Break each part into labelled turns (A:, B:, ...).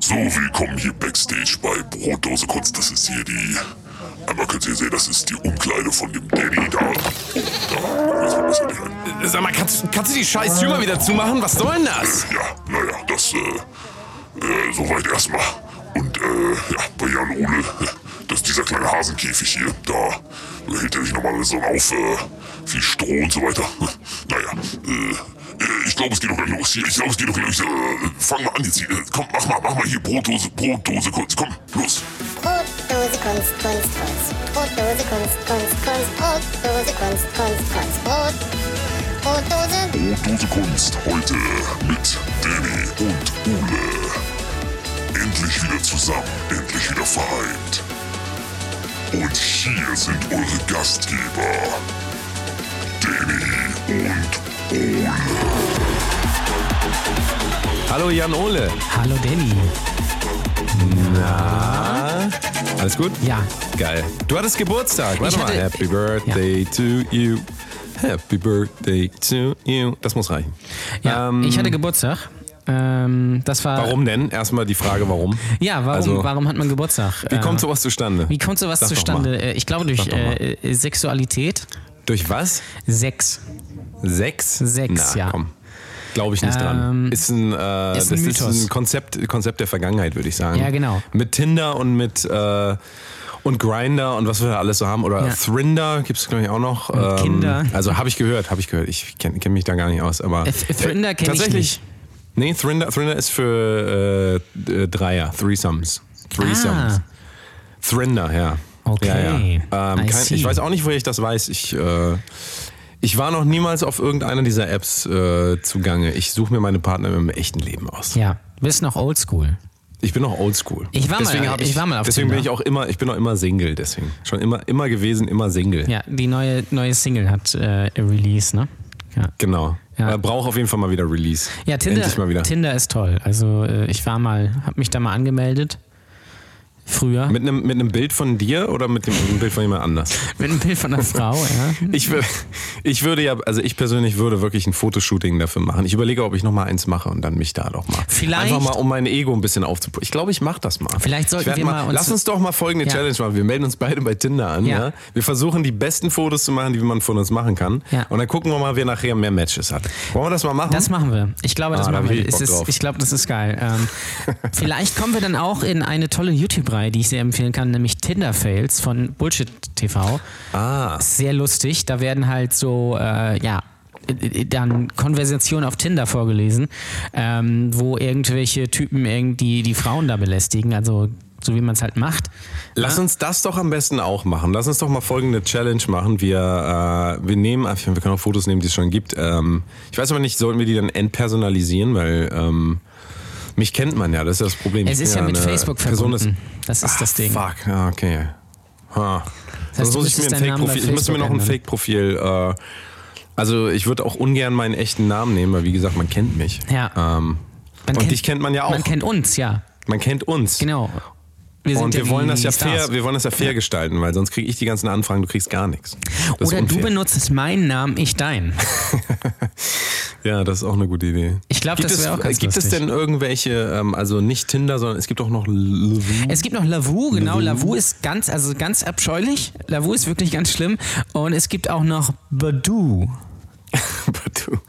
A: So, willkommen hier Backstage bei Brotdose Kunst. Das ist hier die. Einmal könnt ihr sehen, das ist die Umkleide von dem Daddy da. Oh, Da, das war besser nicht ein.
B: Sag mal, kannst, kannst du die scheiß Tür mal wieder zumachen? Was soll denn das?
A: Ja, naja, das, äh, äh, soweit erstmal. Und, äh, ja, bei Jan Ole, das ist dieser kleine Hasenkäfig hier, da hält er sich normalerweise dann auf, äh, viel Stroh und so weiter. Naja, äh, äh, ich glaube, es geht doch gleich los hier. Ich glaube, es geht doch gleich los. Äh, fang mal an jetzt hier. Äh, Komm, mach mal, mach mal hier Brotdose, Brotdose Kunst. Komm, los.
C: Brotdose Kunst, Kunst, Kunst. Brotdose Kunst, Kunst, Kunst. Brotdose Kunst, Kunst, Kunst. Brot, Brotdose
A: Brotdose Kunst heute mit Danny und Ole. Endlich wieder zusammen, endlich wieder vereint. Und hier sind eure Gastgeber, Danny und Ole.
B: Hallo Jan Ole.
D: Hallo Danny.
B: Na? Alles gut?
D: Ja,
B: Geil. Du hattest Geburtstag. Warte
D: Ich
B: mal.
D: hatte-
B: Happy Birthday to you. Happy Birthday to you. Das muss reichen.
D: ja
B: Ähm,
D: ich hatte Geburtstag. Ähm, das war.
B: Warum denn? Erstmal die Frage, warum?
D: Ja, warum,
B: Also,
D: warum hat man Geburtstag? Äh,
B: Wie kommt sowas zustande?
D: wie kommt sowas
B: Sag doch
D: zustande?
B: mal.
D: Äh, Ich glaube durch
B: doch mal.
D: äh, äh, Sexualität.
B: Durch was?
D: Sex.
B: Sechs?
D: Sechs,
B: Na,
D: ja.
B: komm. Glaube ich nicht dran.
D: Ähm,
B: Ist ein, äh,
D: ist ein
B: das
D: Mythos.
B: ist ein Konzept, Konzept der Vergangenheit, würde ich sagen.
D: Ja, genau.
B: Mit Tinder und mit äh, und Grinder und was wir da alles so haben. Oder
D: Ja.
B: Thrinder gibt es, glaube ich, auch noch.
D: Kinder.
B: Also habe ich gehört, habe ich gehört. Ich kenne kenn mich da gar nicht aus. Aber
D: Äh, Thrinder kenn ich
B: tatsächlich-
D: nicht.
B: Nee, Thrinder, Thrinder ist für äh, äh, Dreier, Threesomes. Threesomes.
D: Ah.
B: Thrinder, ja.
D: Okay.
B: Ja, ja. Ähm,
D: I
B: kein, ich
D: see.
B: weiß auch nicht, woher ich das weiß. Ich, äh, ich war noch niemals auf irgendeiner dieser Apps äh, zugange. Ich suche mir meine Partner im echten Leben aus.
D: Ja, bist noch oldschool.
B: Ich bin noch oldschool.
D: Ich war mal-
B: hab
D: ich war mal auf
B: Deswegen bin ich
D: Tinder.
B: auch immer, ich bin auch immer Single, deswegen. Schon immer, immer gewesen, immer Single.
D: Ja, die neue, neue Single hat äh, Release, ne? Ja,
B: Genau.
D: Ja.
B: Äh, Brauche auf jeden Fall mal wieder Release.
D: ja Tinder,
B: Endlich mal wieder.
D: Tinder ist toll. Also äh, ich war mal, hab mich da mal angemeldet. Früher.
B: Mit einem, mit einem Bild von dir oder mit dem mit einem Bild von jemand anders?
D: mit einem Bild von einer Frau, ja.
B: Ich, wür- ich würde ja, also ich persönlich würde wirklich ein Fotoshooting dafür machen. Ich überlege, ob ich nochmal eins mache und dann mich da doch mal.
D: Vielleicht-
B: Einfach mal, um mein Ego ein bisschen aufzuputzen. Ich glaube, ich mache das mal.
D: Vielleicht sollten
B: Ich werd
D: wir mal uns-
B: Lass uns doch mal folgende
D: Ja.
B: Challenge machen. Wir melden uns beide bei Tinder an. Ja.
D: Ja.
B: Wir versuchen, die besten Fotos zu machen, die man von uns machen kann.
D: Ja.
B: Und dann gucken wir mal, wer nachher mehr Matches hat. Wollen wir das mal machen?
D: Das machen wir. Ich glaube, das
B: Hm? Ah, da
D: machen
B: hab ich
D: wir.
B: Bock
D: Es
B: drauf.
D: ist, ich glaube, das ist geil. Ähm, vielleicht kommen wir dann auch in eine tolle YouTube-Reihe, die ich sehr empfehlen kann, nämlich Tinder Fails von Bullshit TV.
B: ah,
D: Sehr lustig. Da werden halt so, äh, ja. äh, äh, Dann Konversationen auf Tinder vorgelesen, ähm, wo irgendwelche Typen irgendwie die Frauen da belästigen, also so wie man es halt macht.
B: lass uns das doch am besten auch machen. Lass uns doch mal folgende Challenge machen. Wir, äh, wir nehmen, ach, wir können auch Fotos nehmen, die es schon gibt. Ähm, ich weiß aber nicht, sollten wir die dann entpersonalisieren, weil ähm, mich kennt man ja, das ist das Problem.
D: Es
B: Ich
D: ist
B: bin
D: ja mit
B: eine
D: Facebook
B: Person des-
D: verbunden. Das ist
B: Ach,
D: das Ding.
B: Fuck, ja, okay. Ha.
D: heißt,
B: Sonst
D: du
B: muss ich mir
D: müsstest
B: ein
D: deinen Namen bei
B: Fake-Profil, ich muss mir
D: Facebook
B: noch ein
D: ändern.
B: Fake-Profil, äh, also ich würde auch ungern meinen echten Namen nehmen, weil wie gesagt, man kennt mich.
D: Ja.
B: Ähm,
D: Man
B: und dich kennt man ja auch.
D: Man kennt uns, ja.
B: man kennt uns.
D: Genau. Wir
B: Und
D: sind
B: wir
D: die-
B: wollen, das
D: die
B: ja
D: Stars.
B: fair, wir wollen das ja fair gestalten, weil sonst kriege ich die ganzen Anfragen, du kriegst gar nichts. Das ist
D: Oder du
B: unfair.
D: benutzt meinen Namen, ich deinen.
B: Ja, das ist auch eine gute Idee.
D: Ich glaub,
B: Gibt
D: das
B: es-
D: wäre auch ganz
B: Gibt es
D: lustig.
B: denn irgendwelche, ähm, also nicht Tinder, sondern es gibt auch noch Lovoo?
D: Es gibt noch Lavu, genau. Lavu ist ganz, also ganz abscheulich. Lavu ist wirklich ganz schlimm. Und es gibt auch noch Badu.
B: Du-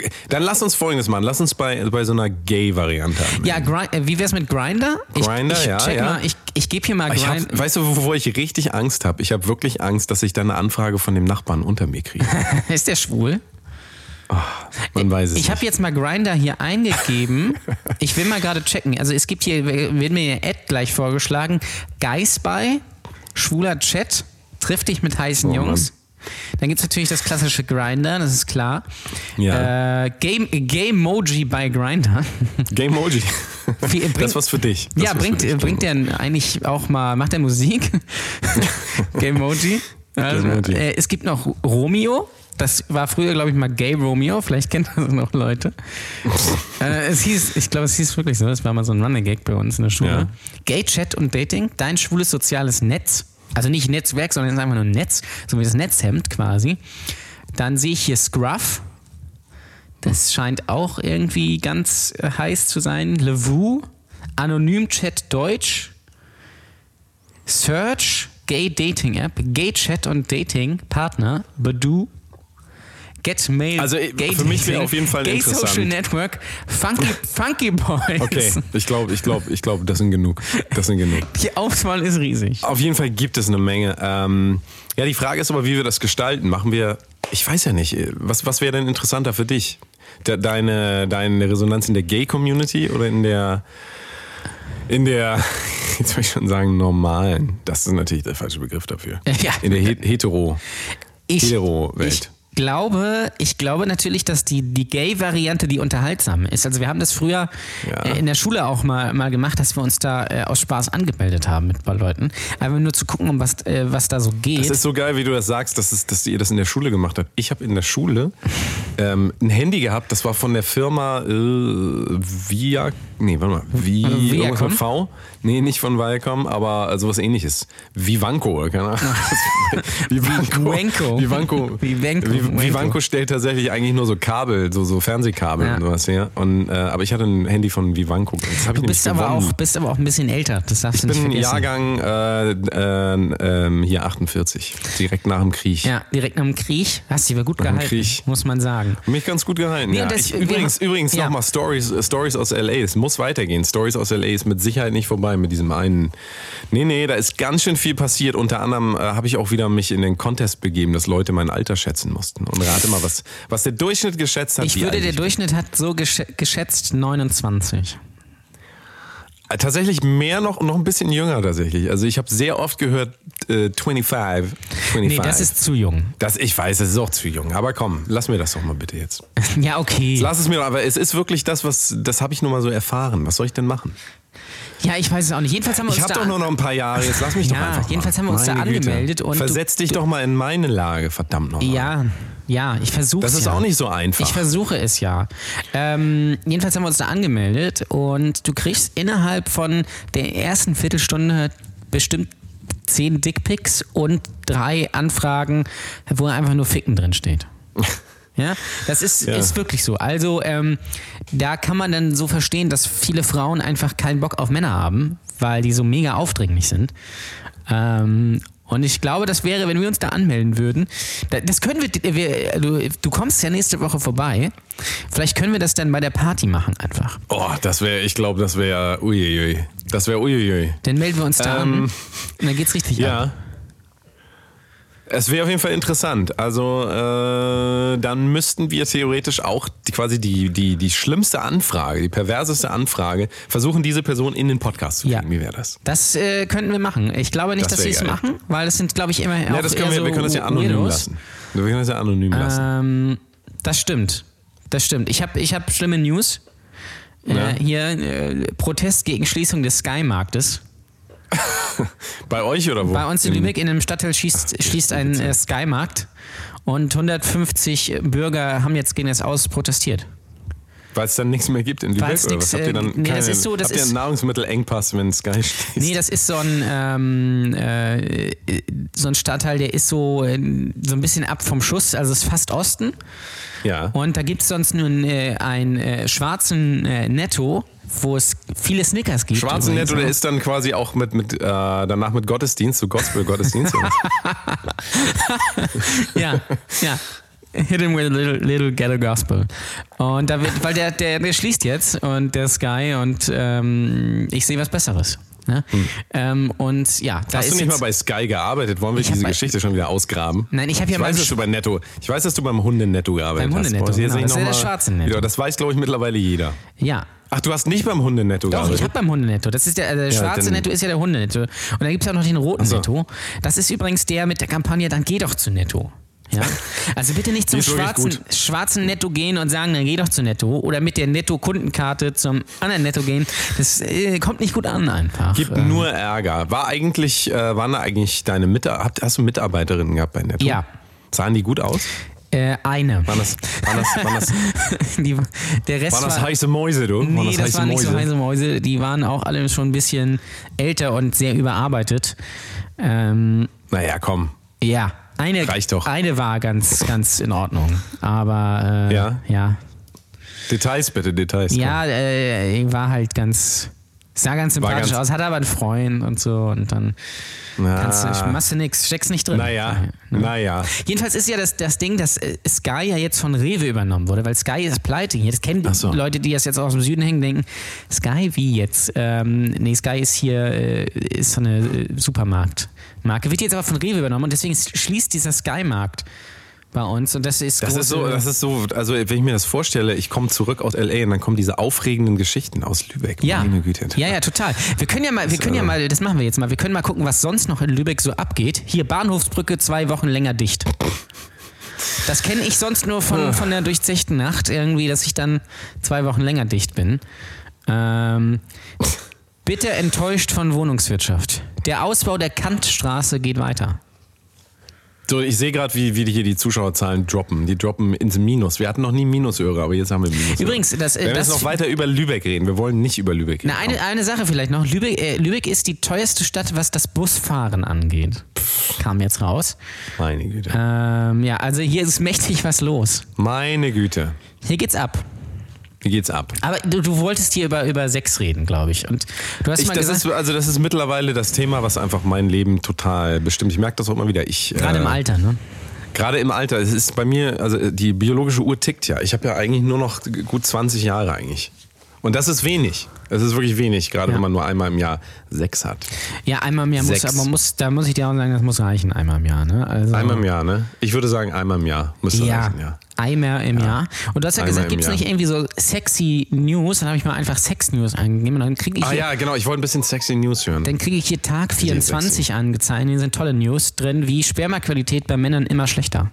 B: Dann lass uns folgendes machen. Lass uns bei, bei so einer Gay-Variante anmelden.
D: Ja, Gri äh, wie wär's mit Grinder?
B: Grindr,
D: ich, ich
B: ja,
D: check
B: ja.
D: Mal, ich ich gebe hier mal
B: Ich hab,
D: Grinder.
B: weißt du, wovor ich richtig Angst habe? Ich habe wirklich Angst, dass ich dann eine Anfrage von dem Nachbarn unter mir kriege.
D: Ist der schwul?
B: Man weiß es
D: Ich habe
B: nicht.
D: jetzt mal Grinder hier eingegeben. ich will mal gerade checken. Also es gibt hier, wird mir eine Ad gleich vorgeschlagen. Geist bei, schwuler Chat, triff dich mit heißen
B: Oh, Mann.
D: Jungs. Dann gibt es natürlich das klassische Grinder, das ist klar.
B: Ja.
D: Äh, Game, Gamemoji bei Grinder.
B: Gameoji.
D: Wie, äh, bringt-
B: Das was für dich. Das
D: ja,
B: was
D: bringt,
B: für dich.
D: bringt der eigentlich auch mal, macht er Musik? Gamemoji. Also,
B: Gamemoji.
D: äh, es gibt noch Romeo. Das war früher, glaube ich, mal Gay Romeo. Vielleicht kennen das noch Leute. äh, es hieß, ich glaube, es hieß wirklich so. Das war mal so ein Running Gag bei uns in der Schule.
B: Ja.
D: Gay Chat und Dating. Dein schwules soziales Netz. Also nicht Netzwerk, sondern es ist einfach nur ein Netz. So wie das Netzhemd quasi. Dann sehe ich hier Scruff. Das scheint auch irgendwie ganz äh, heiß zu sein. Levu. Anonym Chat Deutsch, Search, Gay Dating App, Gay Chat und Dating Partner, Badoo, Get Mail,
B: Also, eh,
D: Gay
B: für mich
D: Dating,
B: wäre auf jeden Fall
D: Gay
B: interessant.
D: Social Network, Funky, Funky Boys.
B: Okay, ich glaube, ich glaube, ich glaube, das sind genug. Das sind genug.
D: Die Auswahl ist riesig.
B: Auf jeden Fall gibt es eine Menge. Ähm, ja, die Frage ist aber, wie wir das gestalten. Machen wir, ich weiß ja nicht, was, was wäre denn interessanter für dich? De, deine, deine Resonanz in der Gay-Community oder in der, in der, jetzt will ich schon sagen, normalen? Das ist natürlich der falsche Begriff dafür.
D: Ja.
B: In der He- hetero.
D: ich,
B: Hetero-Welt.
D: Ich glaube, ich glaube natürlich, dass die, die Gay-Variante die unterhaltsame ist. Also wir haben das früher
B: Ja.
D: äh, in der Schule auch mal, mal gemacht, dass wir uns da äh, aus Spaß angemeldet haben mit ein paar Leuten. Einfach nur zu gucken, um was, äh, was da so geht.
B: Es ist so geil, wie du das sagst, dass, es, dass ihr das in der Schule gemacht habt. Ich habe in der Schule ähm, ein Handy gehabt, das war von der Firma äh, Via. Nee, warte mal. Vi,
D: Viacom?
B: irgendwas mit V? Nee, nicht von Viacom, aber äh, sowas ähnliches. Vivanco, oder keine Ahnung. Vivanco.
D: Vivanco.
B: Vivanco.
D: Vivanco.
B: Vi- Vivanco stellt tatsächlich eigentlich nur so Kabel, so, so Fernsehkabel
D: Ja.
B: und sowas her. Und, äh, aber ich hatte ein Handy von Vivanco. Das hab ich
D: du
B: nämlich
D: bist aber,
B: gewonnen.
D: auch, bist aber auch ein bisschen älter, das darfst du
B: Ich
D: nicht
B: bin
D: vergessen.
B: Jahrgang äh, äh, ähm, hier 48, direkt nach dem Krieg.
D: Ja, direkt nach dem Krieg. Hast dich aber gut
B: Nach dem
D: gehalten,
B: Krieg.
D: muss man sagen.
B: Mich ganz gut gehalten.
D: Nee,
B: ja.
D: und das-
B: ich,
D: äh, wir-
B: übrigens, übrigens
D: ja.
B: nochmal Stories, äh, Stories aus LA. Es muss weitergehen. Stories aus LA ist mit Sicherheit nicht vorbei mit diesem einen. Nee, nee, da ist ganz schön viel passiert. Unter anderem äh, habe ich auch wieder mich in den Contest begeben, dass Leute mein Alter schätzen mussten. Und rate mal, was, was der Durchschnitt geschätzt hat.
D: Ich
B: wie
D: würde,
B: alt
D: der
B: ich
D: Durchschnitt hat so gesch geschätzt 29.
B: Äh, Tatsächlich mehr noch, noch ein bisschen jünger tatsächlich. Also ich habe sehr oft gehört äh, 25, 25.
D: Nee, das ist zu jung.
B: Das, ich weiß, das ist auch zu jung. Aber komm, lass mir das doch mal bitte jetzt.
D: Ja, okay.
B: Lass es mir doch, aber es ist wirklich das, was, das habe ich nur mal so erfahren. Was soll ich denn machen?
D: Ja, ich weiß es auch nicht. Jedenfalls haben wir
B: Ich
D: uns
B: habe
D: da
B: doch nur noch ein paar Jahre, jetzt lass mich doch
D: Ja,
B: einfach.
D: jedenfalls haben wir uns
B: Meine
D: da
B: Güte.
D: angemeldet und du-
B: Versetz dich doch mal in meine Lage, verdammt nochmal.
D: Ja, ja, ich versuche
B: Das ist
D: ja.
B: auch nicht so einfach.
D: Ich versuche es ja. Ähm, jedenfalls haben wir uns da angemeldet und du kriegst innerhalb von der ersten Viertelstunde bestimmt zehn Dickpics und drei Anfragen, wo einfach nur Ficken drin steht. Ja, das ist,
B: Ja.
D: ist wirklich so. Also ähm, da kann man dann so verstehen, dass viele Frauen einfach keinen Bock auf Männer haben, weil die so mega aufdringlich sind. Ähm, und ich glaube, das wäre, wenn wir uns da anmelden würden, da- das können wir, wir du, du kommst ja nächste Woche vorbei, vielleicht können wir das dann bei der Party machen einfach.
B: oh, das wäre, ich glaube, das wäre, uiuiui. Das wäre uiuiui.
D: Dann melden wir uns da an
B: Ähm,
D: und dann geht's richtig ab.
B: Ja. Es wäre auf jeden Fall interessant. Also äh, dann müssten wir theoretisch auch die, quasi die, die, die schlimmste Anfrage, die perverseste Anfrage, versuchen, diese Person in den Podcast zu
D: Ja.
B: kriegen. Wie wäre das?
D: Das äh, könnten wir machen. Ich glaube nicht,
B: Das
D: dass
B: wär
D: wir es
B: geil.
D: machen, weil das sind, glaube ich, immer
B: Ja, das können wir,
D: so
B: wir können das ja anonym
D: Weirdos.
B: lassen. Wir können das ja anonym lassen.
D: Ähm, das stimmt. Das stimmt. Ich habe ich hab schlimme News.
B: Ja.
D: Äh, hier äh, Protest gegen Schließung des Sky-Marktes.
B: Bei euch oder wo?
D: Bei uns in Lübeck in einem Stadtteil schießt, schließt ein äh, Sky-Markt und 150 Bürger haben jetzt gegen das aus protestiert.
B: Weil es dann nichts mehr gibt in Lübeck
D: Weil's
B: oder
D: nix,
B: was? Habt ihr dann
D: äh, nee, das ist so, das
B: habt ihr
D: ist-
B: einen Nahrungsmittelengpass, wenn Sky schließt?
D: Nee, das ist so ein, ähm, äh, äh, so ein Stadtteil, der ist so, äh, so ein bisschen ab vom Schuss, also es ist fast Osten.
B: ja.
D: Und da gibt es sonst nur einen, äh, einen äh, schwarzen äh, Netto, wo es viele Snickers gibt.
B: Schwarzen
D: übrigens
B: Netto, der
D: auch.
B: ist dann quasi auch mit, mit äh, danach mit Gottesdienst, so Gospel-Gottesdienst.
D: Ja, ja. Hit him with a little, little ghetto gospel. Und da wird, weil der, der, der schließt jetzt und der Sky und ähm, ich sehe was Besseres. Ne? Ähm, und ja, da
B: Hast
D: ist
B: Hm. du nicht mal
D: jetzt-
B: bei Sky gearbeitet? Wollen wir
D: hab
B: diese
D: bei-
B: Geschichte schon wieder ausgraben?
D: Nein, ich hab ja
B: ich weiß,
D: beim
B: dass du bei Netto. Ich weiß, dass du beim Hundenetto gearbeitet
D: Beim
B: hast.
D: Hundenetto,
B: Brauchst du jetzt
D: genau.
B: nicht
D: Das ist ja
B: noch
D: das
B: mal-
D: schwarze Netto.
B: Wieder- Das weiß, glaube ich, mittlerweile jeder.
D: ja.
B: Ach, du hast nicht beim Hundenetto
D: Doch, ich
B: gearbeitet?
D: habe beim Hundenetto. Das ist der, also der
B: Ja,
D: schwarze
B: dann-
D: Netto ist ja der Hundenetto. Und dann gibt es auch noch den roten
B: so.
D: Netto. Das ist übrigens der mit der Kampagne, dann geh doch zu Netto. Ja? Also bitte nicht zum
B: ist wirklich
D: schwarzen,
B: gut.
D: schwarzen Netto gehen und sagen, dann geh doch zu Netto. Oder mit der Netto-Kundenkarte zum anderen Netto gehen. Das äh, kommt nicht gut an einfach.
B: Gibt
D: Ähm,
B: nur Ärger. War eigentlich, äh, waren da eigentlich deine Mitarbeiter, hast du Mitarbeiterinnen gehabt bei Netto?
D: Ja.
B: Sahen die gut aus?
D: äh, eine.
B: Waren das, waren das, waren das,
D: Die, der Rest
B: waren das
D: war,
B: heiße Mäuse, du?
D: Nee,
B: waren
D: das, waren nicht so heiße Mäuse. Die waren auch alle schon ein bisschen älter und sehr überarbeitet. Ähm,
B: Naja, komm.
D: Ja, eine,
B: Reicht doch.
D: eine war ganz, ganz in Ordnung. Aber äh,
B: Ja?
D: ja,
B: Details bitte, Details.
D: ja äh, war halt ganz, Sah ganz
B: War
D: sympathisch
B: ganz-
D: aus, hat aber einen Freund und so und dann
B: Na,
D: kannst du, machst du nix, steckst nicht drin.
B: naja,
D: ne?
B: naja.
D: Jedenfalls ist ja das, das Ding, dass äh, Sky ja jetzt von Rewe übernommen wurde, weil Sky ist pleite. Jetzt kennen die
B: Ach so.
D: Leute, die das jetzt aus dem Süden hängen, denken, Sky wie jetzt? Ähm, nee, Sky ist hier äh, ist so eine äh, Supermarktmarke. Wird jetzt aber von Rewe übernommen und deswegen schließt dieser Sky-Markt bei uns und das ist
B: Das ist so, das ist so, also wenn ich mir das vorstelle, ich komme zurück aus LA und dann kommen diese aufregenden Geschichten aus Lübeck.
D: ja.
B: Meine Güte.
D: ja, ja, total. Wir können ja mal, wir können ja mal, das machen wir jetzt mal. Wir können mal gucken, was sonst noch in Lübeck so abgeht. Hier Bahnhofsbrücke zwei Wochen länger dicht. Das kenne ich sonst nur von, von der durchzechten Nacht irgendwie, dass ich dann zwei Wochen länger dicht bin. Ähm, bitte enttäuscht von Wohnungswirtschaft. Der Ausbau der Kantstraße geht weiter.
B: So, ich sehe gerade, wie, wie die hier die Zuschauerzahlen droppen. Die droppen ins Minus. Wir hatten noch nie Minusöre, aber jetzt haben wir Minus.
D: Übrigens, das, äh,
B: Wenn wir
D: das
B: jetzt noch weiter über Lübeck reden. Wir wollen nicht über Lübeck reden.
D: na, eine, eine Sache vielleicht noch. Lübeck, äh, Lübeck ist die teuerste Stadt, was das Busfahren angeht. Kam jetzt raus.
B: Meine Güte.
D: Ähm, ja, also hier ist mächtig was los.
B: Meine Güte.
D: Hier geht's ab.
B: Wie geht's ab?
D: Aber du, du wolltest hier über, über Sex reden, glaube ich. Und du hast
B: Ich,
D: mal
B: das
D: gesagt,
B: ist, also das ist mittlerweile das Thema, was einfach mein Leben total bestimmt. Ich merke das auch immer wieder. Ich,
D: gerade
B: äh,
D: im Alter, ne?
B: Gerade im Alter. Es ist bei mir, also äh, die biologische Uhr tickt ja. Ich habe ja eigentlich nur noch gut 20 Jahre eigentlich. Und das ist wenig. Es ist wirklich wenig, gerade
D: Ja.
B: wenn man nur einmal im Jahr Sex hat.
D: Ja, einmal im Jahr muss,
B: Sechs.
D: aber man muss, da muss ich dir auch sagen, das muss reichen, einmal im Jahr, ne? Also,
B: Einmal im Jahr, ne? Ich würde sagen, einmal im Jahr müsste
D: ja,
B: reichen, ja.
D: Einmal im Jahr. Und du hast ja
B: Einmal
D: gesagt,
B: im
D: gibt's
B: Jahr.
D: nicht irgendwie so sexy News? Dann habe ich mal einfach Sex News eingegeben und dann kriege ich,
B: Ah
D: hier-
B: ja, genau. Ich wollte ein bisschen sexy News hören.
D: dann krieg ich hier Tag 24 angezeigt. Hier sind tolle News drin, wie Spermaqualität bei Männern immer schlechter.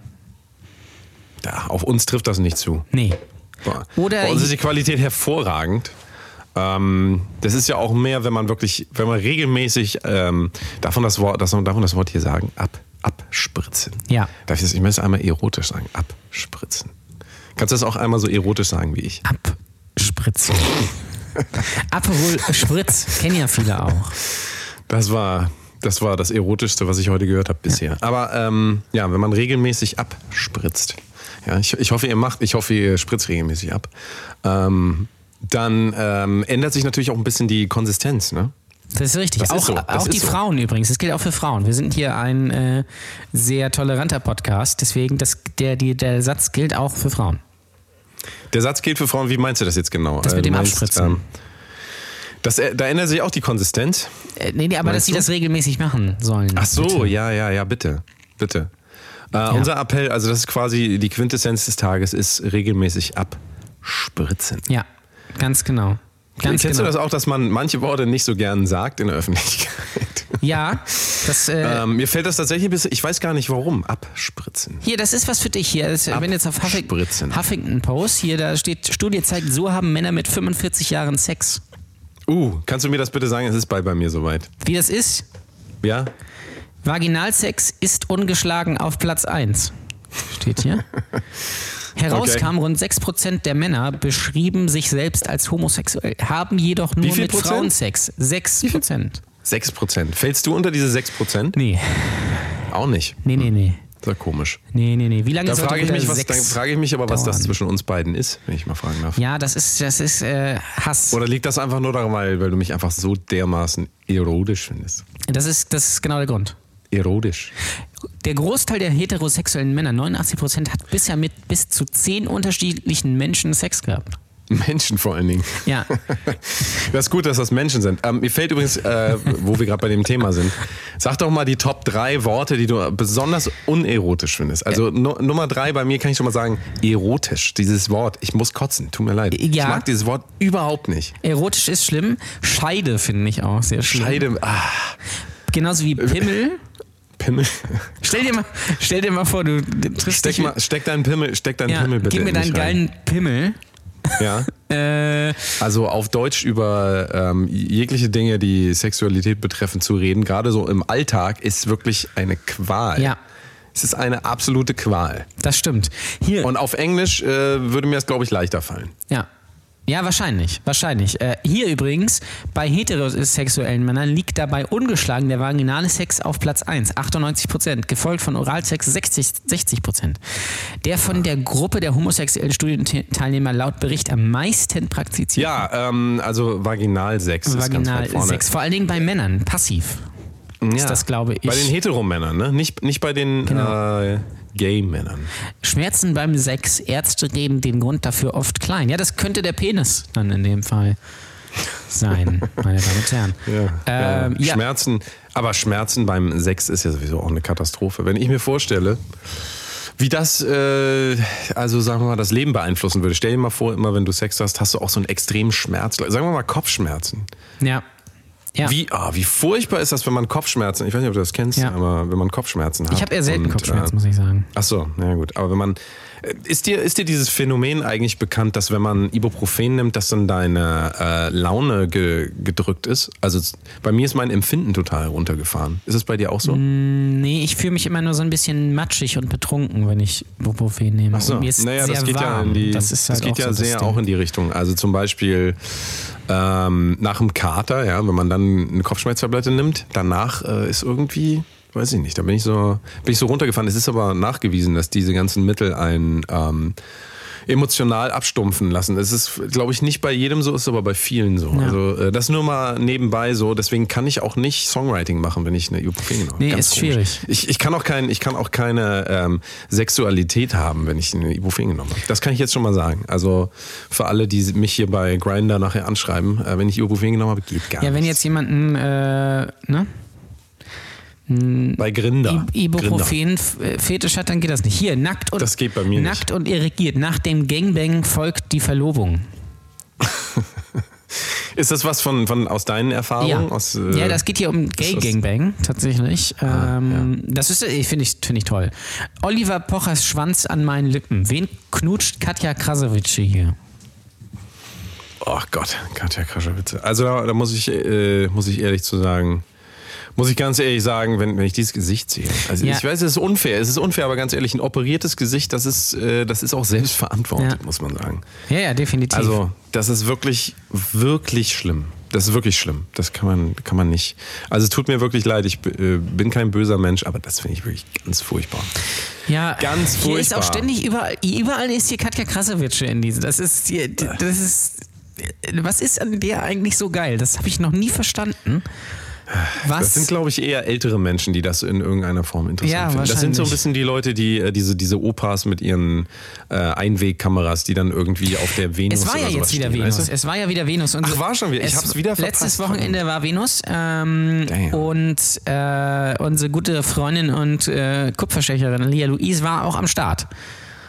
B: Da, auf uns trifft das nicht zu.
D: Nee.
B: Boah.
D: Oder
B: Bei uns
D: ich-
B: ist die Qualität hervorragend. Ähm, das ist ja auch mehr, wenn man wirklich, wenn man regelmäßig ähm, davon das Wort, dass man davon das Wort hier sagen, ab, abspritzen.
D: Ja.
B: Darf ich das? Ich möchte es einmal erotisch sagen, abspritzen. Kannst du das auch einmal so erotisch sagen wie ich?
D: Abspritzen. Aperol Spritz, kennen ja viele auch.
B: Das war, das war das erotischste, was ich heute gehört habe bisher. Aber ähm, ja, wenn man regelmäßig abspritzt, ja, ich, ich hoffe, ihr macht, ich hoffe, ihr spritzt regelmäßig ab, ähm, dann ähm, ändert sich natürlich auch ein bisschen die Konsistenz, ne?
D: Das ist richtig.
B: Das ist
D: auch
B: so, das
D: auch
B: ist
D: die
B: so.
D: Frauen übrigens. Das gilt auch für Frauen. Wir sind hier ein äh, sehr toleranter Podcast. Deswegen, das, der, die, der Satz gilt auch für Frauen.
B: Der Satz gilt für Frauen, wie meinst du das jetzt genau?
D: Das mit
B: Äh, du
D: dem
B: meinst,
D: Abspritzen.
B: ähm, das, äh, da ändert sich auch die Konsistenz.
D: Äh, nee, nee, aber dass
B: Meinst
D: sie
B: du?
D: das regelmäßig machen sollen.
B: Ach so,
D: Bitte.
B: ja, ja, ja, bitte. Bitte. Äh, Unser Appell, also das ist quasi die Quintessenz des Tages, ist regelmäßig abspritzen.
D: Ja, ganz genau. Ganz
B: Kennst
D: genau.
B: du das auch, dass man manche Worte nicht so gern sagt in der Öffentlichkeit?
D: Ja, das, äh,
B: Ähm, mir fällt das tatsächlich ein bisschen, ich weiß gar nicht warum, abspritzen.
D: hier, das ist was für dich hier. Das, ich bin jetzt auf Huffing
B: Abspritzen.
D: Huffington Post. Hier, da steht, Studie zeigt, so haben Männer mit 45 Jahren Sex.
B: Uh, kannst du mir das bitte sagen? Es ist bei, bei mir soweit.
D: Wie das ist?
B: Ja?
D: Vaginalsex ist ungeschlagen auf Platz 1. Steht hier. Herauskam, rund 6% der Männer beschrieben sich selbst als homosexuell, haben jedoch nur
B: viel
D: mit
B: Prozent?
D: Frauen Sex. 6%.
B: 6%. Fällst du unter diese 6%?
D: Nee,
B: Auch nicht.
D: nee, nee, nee.
B: Ist ja komisch.
D: Nee, nee, nee. Wie lange
B: Da
D: sollte
B: frage ich,
D: wieder
B: mich, was,
D: Sex
B: dann frage ich mich aber, was das
D: dauern?
B: zwischen uns beiden ist, wenn ich mal fragen darf.
D: Ja, das ist, das ist äh, Hass.
B: Oder liegt das einfach nur daran, weil, weil du mich einfach so dermaßen erotisch findest?
D: Das ist, das ist genau der Grund.
B: Erotisch.
D: Der Großteil der heterosexuellen Männer, 89%, hat bisher mit bis zu 10 unterschiedlichen Menschen Sex gehabt.
B: Menschen vor allen Dingen.
D: Ja.
B: Das ist gut, dass das Menschen sind. Ähm, mir fällt übrigens, äh, wo wir gerade bei dem Thema sind, sag doch mal die Top 3 Worte, die du besonders unerotisch findest. Also Nu- Nummer 3 bei mir kann ich schon mal sagen, erotisch. Dieses Wort, ich muss kotzen, tut mir leid. Ich
D: Ja.
B: mag dieses Wort überhaupt nicht.
D: Erotisch ist schlimm. Scheide finde ich auch sehr schlimm.
B: Scheide, ah,
D: Genauso wie Pimmel.
B: Pimmel.
D: Stell dir mal, stell dir mal vor, du triffst
B: Steck,
D: dich mit-
B: mal, steck deinen Pimmel, steck deinen
D: ja,
B: Pimmel bitte.
D: gib mir
B: in mich
D: deinen
B: rein.
D: geilen Pimmel.
B: Ja.
D: Äh,
B: Also auf Deutsch über ähm, jegliche Dinge, die Sexualität betreffen, zu reden, gerade so im Alltag, ist wirklich eine Qual.
D: Ja.
B: Es ist eine absolute Qual.
D: das stimmt. Hier.
B: Und auf Englisch äh, würde mir das, glaube ich, leichter fallen.
D: ja. Ja, wahrscheinlich, wahrscheinlich. Äh, hier übrigens, bei heterosexuellen Männern liegt dabei ungeschlagen der vaginale Sex auf Platz 1, 98%, gefolgt von Oralsex 60, 60%. Der von der Gruppe der homosexuellen Studienteilnehmer laut Bericht am meisten praktiziert.
B: Ja, ähm, also Vaginalsex ist ganz
D: Vaginal
B: weit vorne.
D: Sex, vor allen Dingen bei Männern, passiv.
B: Ja.
D: Ist das, glaube ich. Genau.
B: Bei den Heteromännern, ne? Nicht, nicht bei den äh, Gay-Männern.
D: Schmerzen beim Sex, Ärzte geben den Grund dafür oft klein. Ja, das könnte der Penis dann in dem Fall sein, meine Damen und Herren.
B: Ja,
D: Ähm,
B: ja.
D: ja.
B: Schmerzen, aber Schmerzen beim Sex ist ja sowieso auch eine Katastrophe. Wenn ich mir vorstelle, wie das, äh, also sagen wir mal, das Leben beeinflussen würde. Stell dir mal vor, immer wenn du Sex hast, hast du auch so einen extremen Schmerz. Sagen wir mal Kopfschmerzen.
D: Ja. ja.
B: Wie, ah, wie furchtbar ist das, wenn man Kopfschmerzen, ich weiß nicht, ob du das kennst,
D: Ja.
B: aber wenn man Kopfschmerzen hat.
D: Ich habe eher selten
B: und,
D: Kopfschmerzen,
B: äh,
D: muss ich sagen.
B: Ach so, na ja gut. Aber wenn man. äh, Ist dir, ist dir dieses Phänomen eigentlich bekannt, dass wenn man Ibuprofen nimmt, dass dann deine äh, Laune ge gedrückt ist? Also s- bei mir ist mein Empfinden total runtergefahren. Ist es bei dir auch so?
D: Nee, ich fühle mich immer nur so ein bisschen matschig und betrunken, wenn ich Ibuprofen nehme.
B: Ach so.
D: Und mir ist
B: naja,
D: sehr
B: das geht
D: warm.
B: ja in die,
D: das ist halt
B: geht
D: auch
B: ja
D: so das
B: sehr
D: Ding.
B: auch in die Richtung. Also zum Beispiel ähm, nach dem Kater, ja, wenn man dann eine Kopfschmerztablette nimmt, danach äh, ist irgendwie, weiß ich nicht, da bin ich so, bin ich so runtergefahren. Es ist aber nachgewiesen, dass diese ganzen Mittel einen ähm, emotional abstumpfen lassen. Es ist, glaube ich, nicht bei jedem so, ist aber bei vielen so. Also äh, das nur mal nebenbei so. Deswegen kann ich auch nicht Songwriting machen, wenn ich eine Ibuprofen genommen habe.
D: Nee,
B: Ganz
D: ist
B: komisch.
D: schwierig.
B: Ich, ich, kann auch kein, ich kann auch keine ähm, Sexualität haben, wenn ich eine Ibuprofen genommen habe. Das kann ich jetzt schon mal sagen. Also für alle, die mich hier bei Grindr nachher anschreiben, äh, wenn ich Ibuprofen genommen habe, geht gar
D: Ja, wenn
B: nichts.
D: jetzt jemanden, äh, ne?
B: bei Grinder.
D: Ibuprofen-Fetisch äh, hat, dann geht das nicht. Hier, nackt und,
B: Das geht bei mir nicht.
D: nackt und irrigiert. Nach dem Gangbang folgt die Verlobung.
B: Ist das was von, von aus deinen Erfahrungen? Aus, äh,
D: ja, das geht hier um Gay
B: das- Ah,
D: Gangbang tatsächlich. ähm, Das ist, äh, finde ich, finde ich toll. Oliver Pochers Schwanz an meinen Lippen. Wen knutscht Katja Krasowitsche hier?
B: Oh Gott, Katja Kraschewitze. Also da, da muss ich, äh, muss ich ehrlich zu sagen, muss ich ganz ehrlich sagen, wenn, wenn ich dieses Gesicht sehe. Also
D: Ja.
B: ich weiß, es ist unfair, es ist unfair, aber ganz ehrlich, ein operiertes Gesicht, das ist, äh, das ist auch selbstverantwortet,
D: Ja.
B: muss man sagen.
D: Ja, ja, definitiv.
B: Also, das ist wirklich, wirklich schlimm. Das ist wirklich schlimm. Das kann man, kann man nicht. Also, es tut mir wirklich leid. Ich b- äh, bin kein böser Mensch, aber das finde ich wirklich ganz furchtbar.
D: ja,
B: ganz
D: Hier ist
B: furchtbar.
D: auch ständig überall, überall ist hier Katja Krasowitsche in diesem. Das ist, hier, d- das ist, was ist an der eigentlich so geil? Das habe ich noch nie verstanden.
B: Das
D: Was?
B: sind, glaube ich, eher ältere Menschen, die das in irgendeiner Form interessant
D: Ja,
B: finden. Das sind so ein
D: wahrscheinlich.
B: bisschen die Leute, die äh, diese, diese Opas mit ihren äh, Einwegkameras, die dann irgendwie auf der Venus
D: Es war ja
B: oder sowas
D: jetzt wieder
B: stehen,
D: Venus.
B: Weißt du?
D: Es war ja wieder Venus. Und
B: Ach, war schon wieder. Ich hab's wieder verpasst.
D: Letztes Wochenende war Venus. Ähm,
B: Damn.
D: und äh, unsere gute Freundin und äh, Kupferstecherin Lia Louise war auch am Start.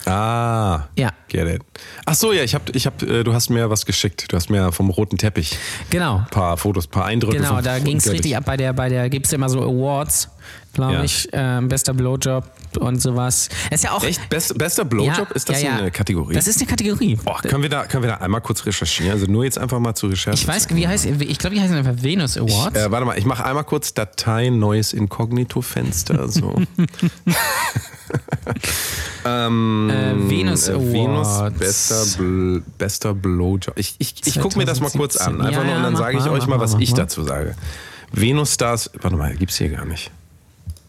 B: Ah,
D: Ja.
B: get it. Ach so, ja, ich hab, ich hab, äh, du hast mir was geschickt. Du hast mir vom roten Teppich
D: Genau.
B: ein paar Fotos, ein paar Eindrücke.
D: Genau,
B: vom
D: da
B: roten
D: ging es
B: Teppich.
D: richtig ab. Bei der, bei der gibt es ja immer so Awards, glaube
B: Ja.
D: ich. Ähm, bester Blowjob und sowas. Ist ja auch.
B: Echt? Best, bester Blowjob?
D: Ja,
B: ist das
D: ja, ja.
B: eine Kategorie?
D: Das ist eine Kategorie.
B: Boah, können, wir da, können wir da einmal kurz recherchieren? Also nur jetzt einfach mal zur Recherche.
D: ich weiß, wie heißt. Ich glaube, die heißen einfach Venus Awards.
B: Äh, warte mal, ich mache einmal kurz Datei, neues Inkognito-Fenster. So. ähm,
D: Äh, Venus
B: äh,
D: Awards.
B: Venus, bester, Bl bester Blowjob. Ich, ich, ich gucke mir das mal kurz an.
D: 2017.
B: Einfach
D: Ja,
B: nur,
D: ja,
B: und dann
D: mach
B: sage ich
D: mal,
B: euch
D: mach
B: mal,
D: mal,
B: was
D: mach
B: ich
D: mal.
B: dazu sage. Venus Stars, warte mal, gibt's hier gar nicht.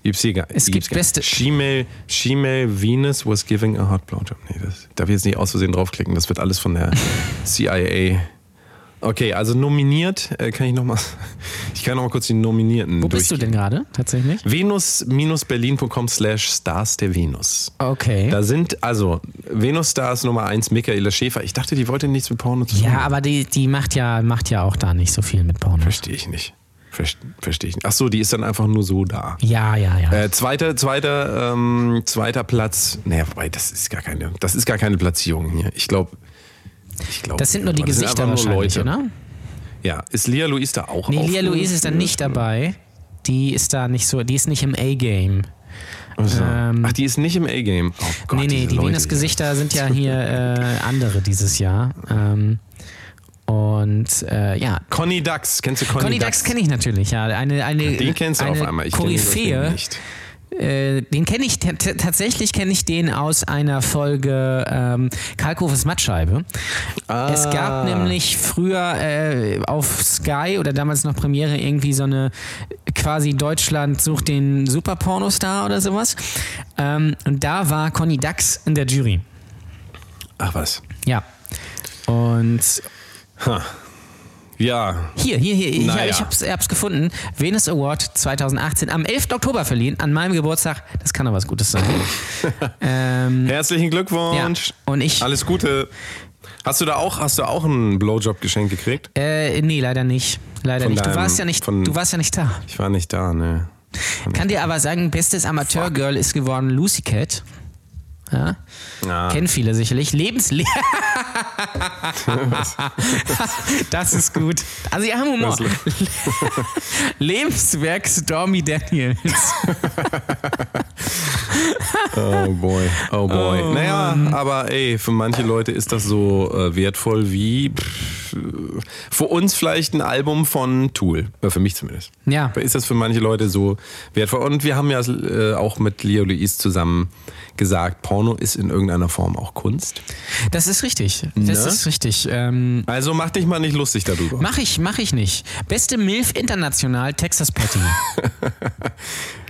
B: Gibt's hier gar
D: Es gibt
B: gibt's gar nicht.
D: beste-
B: Shemale, Shemale Venus was giving a hot blowjob. Nee, das darf ich jetzt nicht aus Versehen draufklicken. Das wird alles von der CIA. Okay, also nominiert, äh, kann ich nochmal. Ich kann nochmal kurz die Nominierten
D: Wo bist du denn gerade tatsächlich?
B: Venus-berlin.com slash Stars der Venus.
D: Okay.
B: Da sind also Venus-Stars Nummer 1 Michaela Schäfer. Ich dachte, die wollte nichts mit Porno zu tun.
D: Ja,
B: haben.
D: aber die, die macht ja macht ja auch da nicht so viel mit Pornos.
B: Verstehe ich nicht. Verstehe versteh ich nicht. Ach so, die ist dann einfach nur so da.
D: Ja, ja, ja.
B: Äh, zweiter, zweiter, ähm, zweiter Platz. Naja, wobei, das ist gar keine, das ist gar keine Platzierung hier. Ich glaube. Ich glaub,
D: das sind nur die
B: das
D: Gesichter
B: einfach nur
D: wahrscheinlich,
B: Leute.
D: oder?
B: Ja. Ist Lia Louise da auch
D: Nee,
B: auf-
D: Lia Louise ist dann nicht dabei. Die ist da nicht so, die ist nicht im A-Game.
B: Also.
D: ähm,
B: Ach, die ist nicht im A-Game. Oh Gott,
D: nee, nee,
B: diese
D: die
B: Leute hier.
D: Venus-Gesichter sind ja hier äh, andere dieses Jahr. Ähm, und äh, ja.
B: Conny Dax, kennst du Conny,
D: Conny Dax kenne ich natürlich, ja. Eine, eine,
B: Den kennst du
D: eine
B: auf einmal. Ich kenn ihn
D: Koryphäe
B: nicht.
D: Äh, den kenne ich t- t- tatsächlich kenne ich den aus einer Folge ähm, Kalkofes Mattscheibe. Es gab nämlich früher äh, auf Sky oder damals noch Premiere irgendwie so eine quasi Deutschland sucht den Super Pornostar oder sowas. Ähm, und da war Conny Dax in der Jury.
B: Ach was.
D: Ja. Und
B: Ja,
D: Hier, hier, hier. Ich,
B: Naja.
D: ich hab's, ich hab's gefunden. Venus Award 2018 am 11. Oktober verliehen, an meinem Geburtstag. Das kann doch was Gutes sein.
B: herzlichen
D: ja.
B: Glückwunsch.
D: Und ich.
B: Alles Gute. Hast du da auch, hast du auch ein Blowjob-Geschenk gekriegt?
D: Äh, nee, leider nicht. Leider
B: Von
D: nicht. Du
B: deinem-
D: warst ja nicht,
B: von-
D: du warst ja nicht da.
B: Ich war nicht da, ne.
D: Kann dir aber sagen, bestes Amateurgirl ist geworden Lucy Cat. Ja.
B: Ja.
D: Kennen viele sicherlich. Lebensleer. das ist gut. Also, ihr haben Humor.
B: Was le-
D: Lebenswerk Stormy Daniels.
B: Oh boy, oh boy.
D: Oh
B: naja, aber ey, für manche Leute ist das so äh, wertvoll wie pff, äh, für uns vielleicht ein Album von Tool. Äh, für mich zumindest.
D: Ja.
B: Ist das für manche Leute so wertvoll? Und wir haben ja äh, auch mit Leo Luis zusammen gesagt, Porno ist in irgendeiner Form auch Kunst.
D: Das ist richtig. Das
B: Ne?
D: ist richtig. Ähm,
B: Also mach dich mal nicht lustig darüber.
D: Mach ich, mach ich nicht. Beste MILF international, Texas Patty.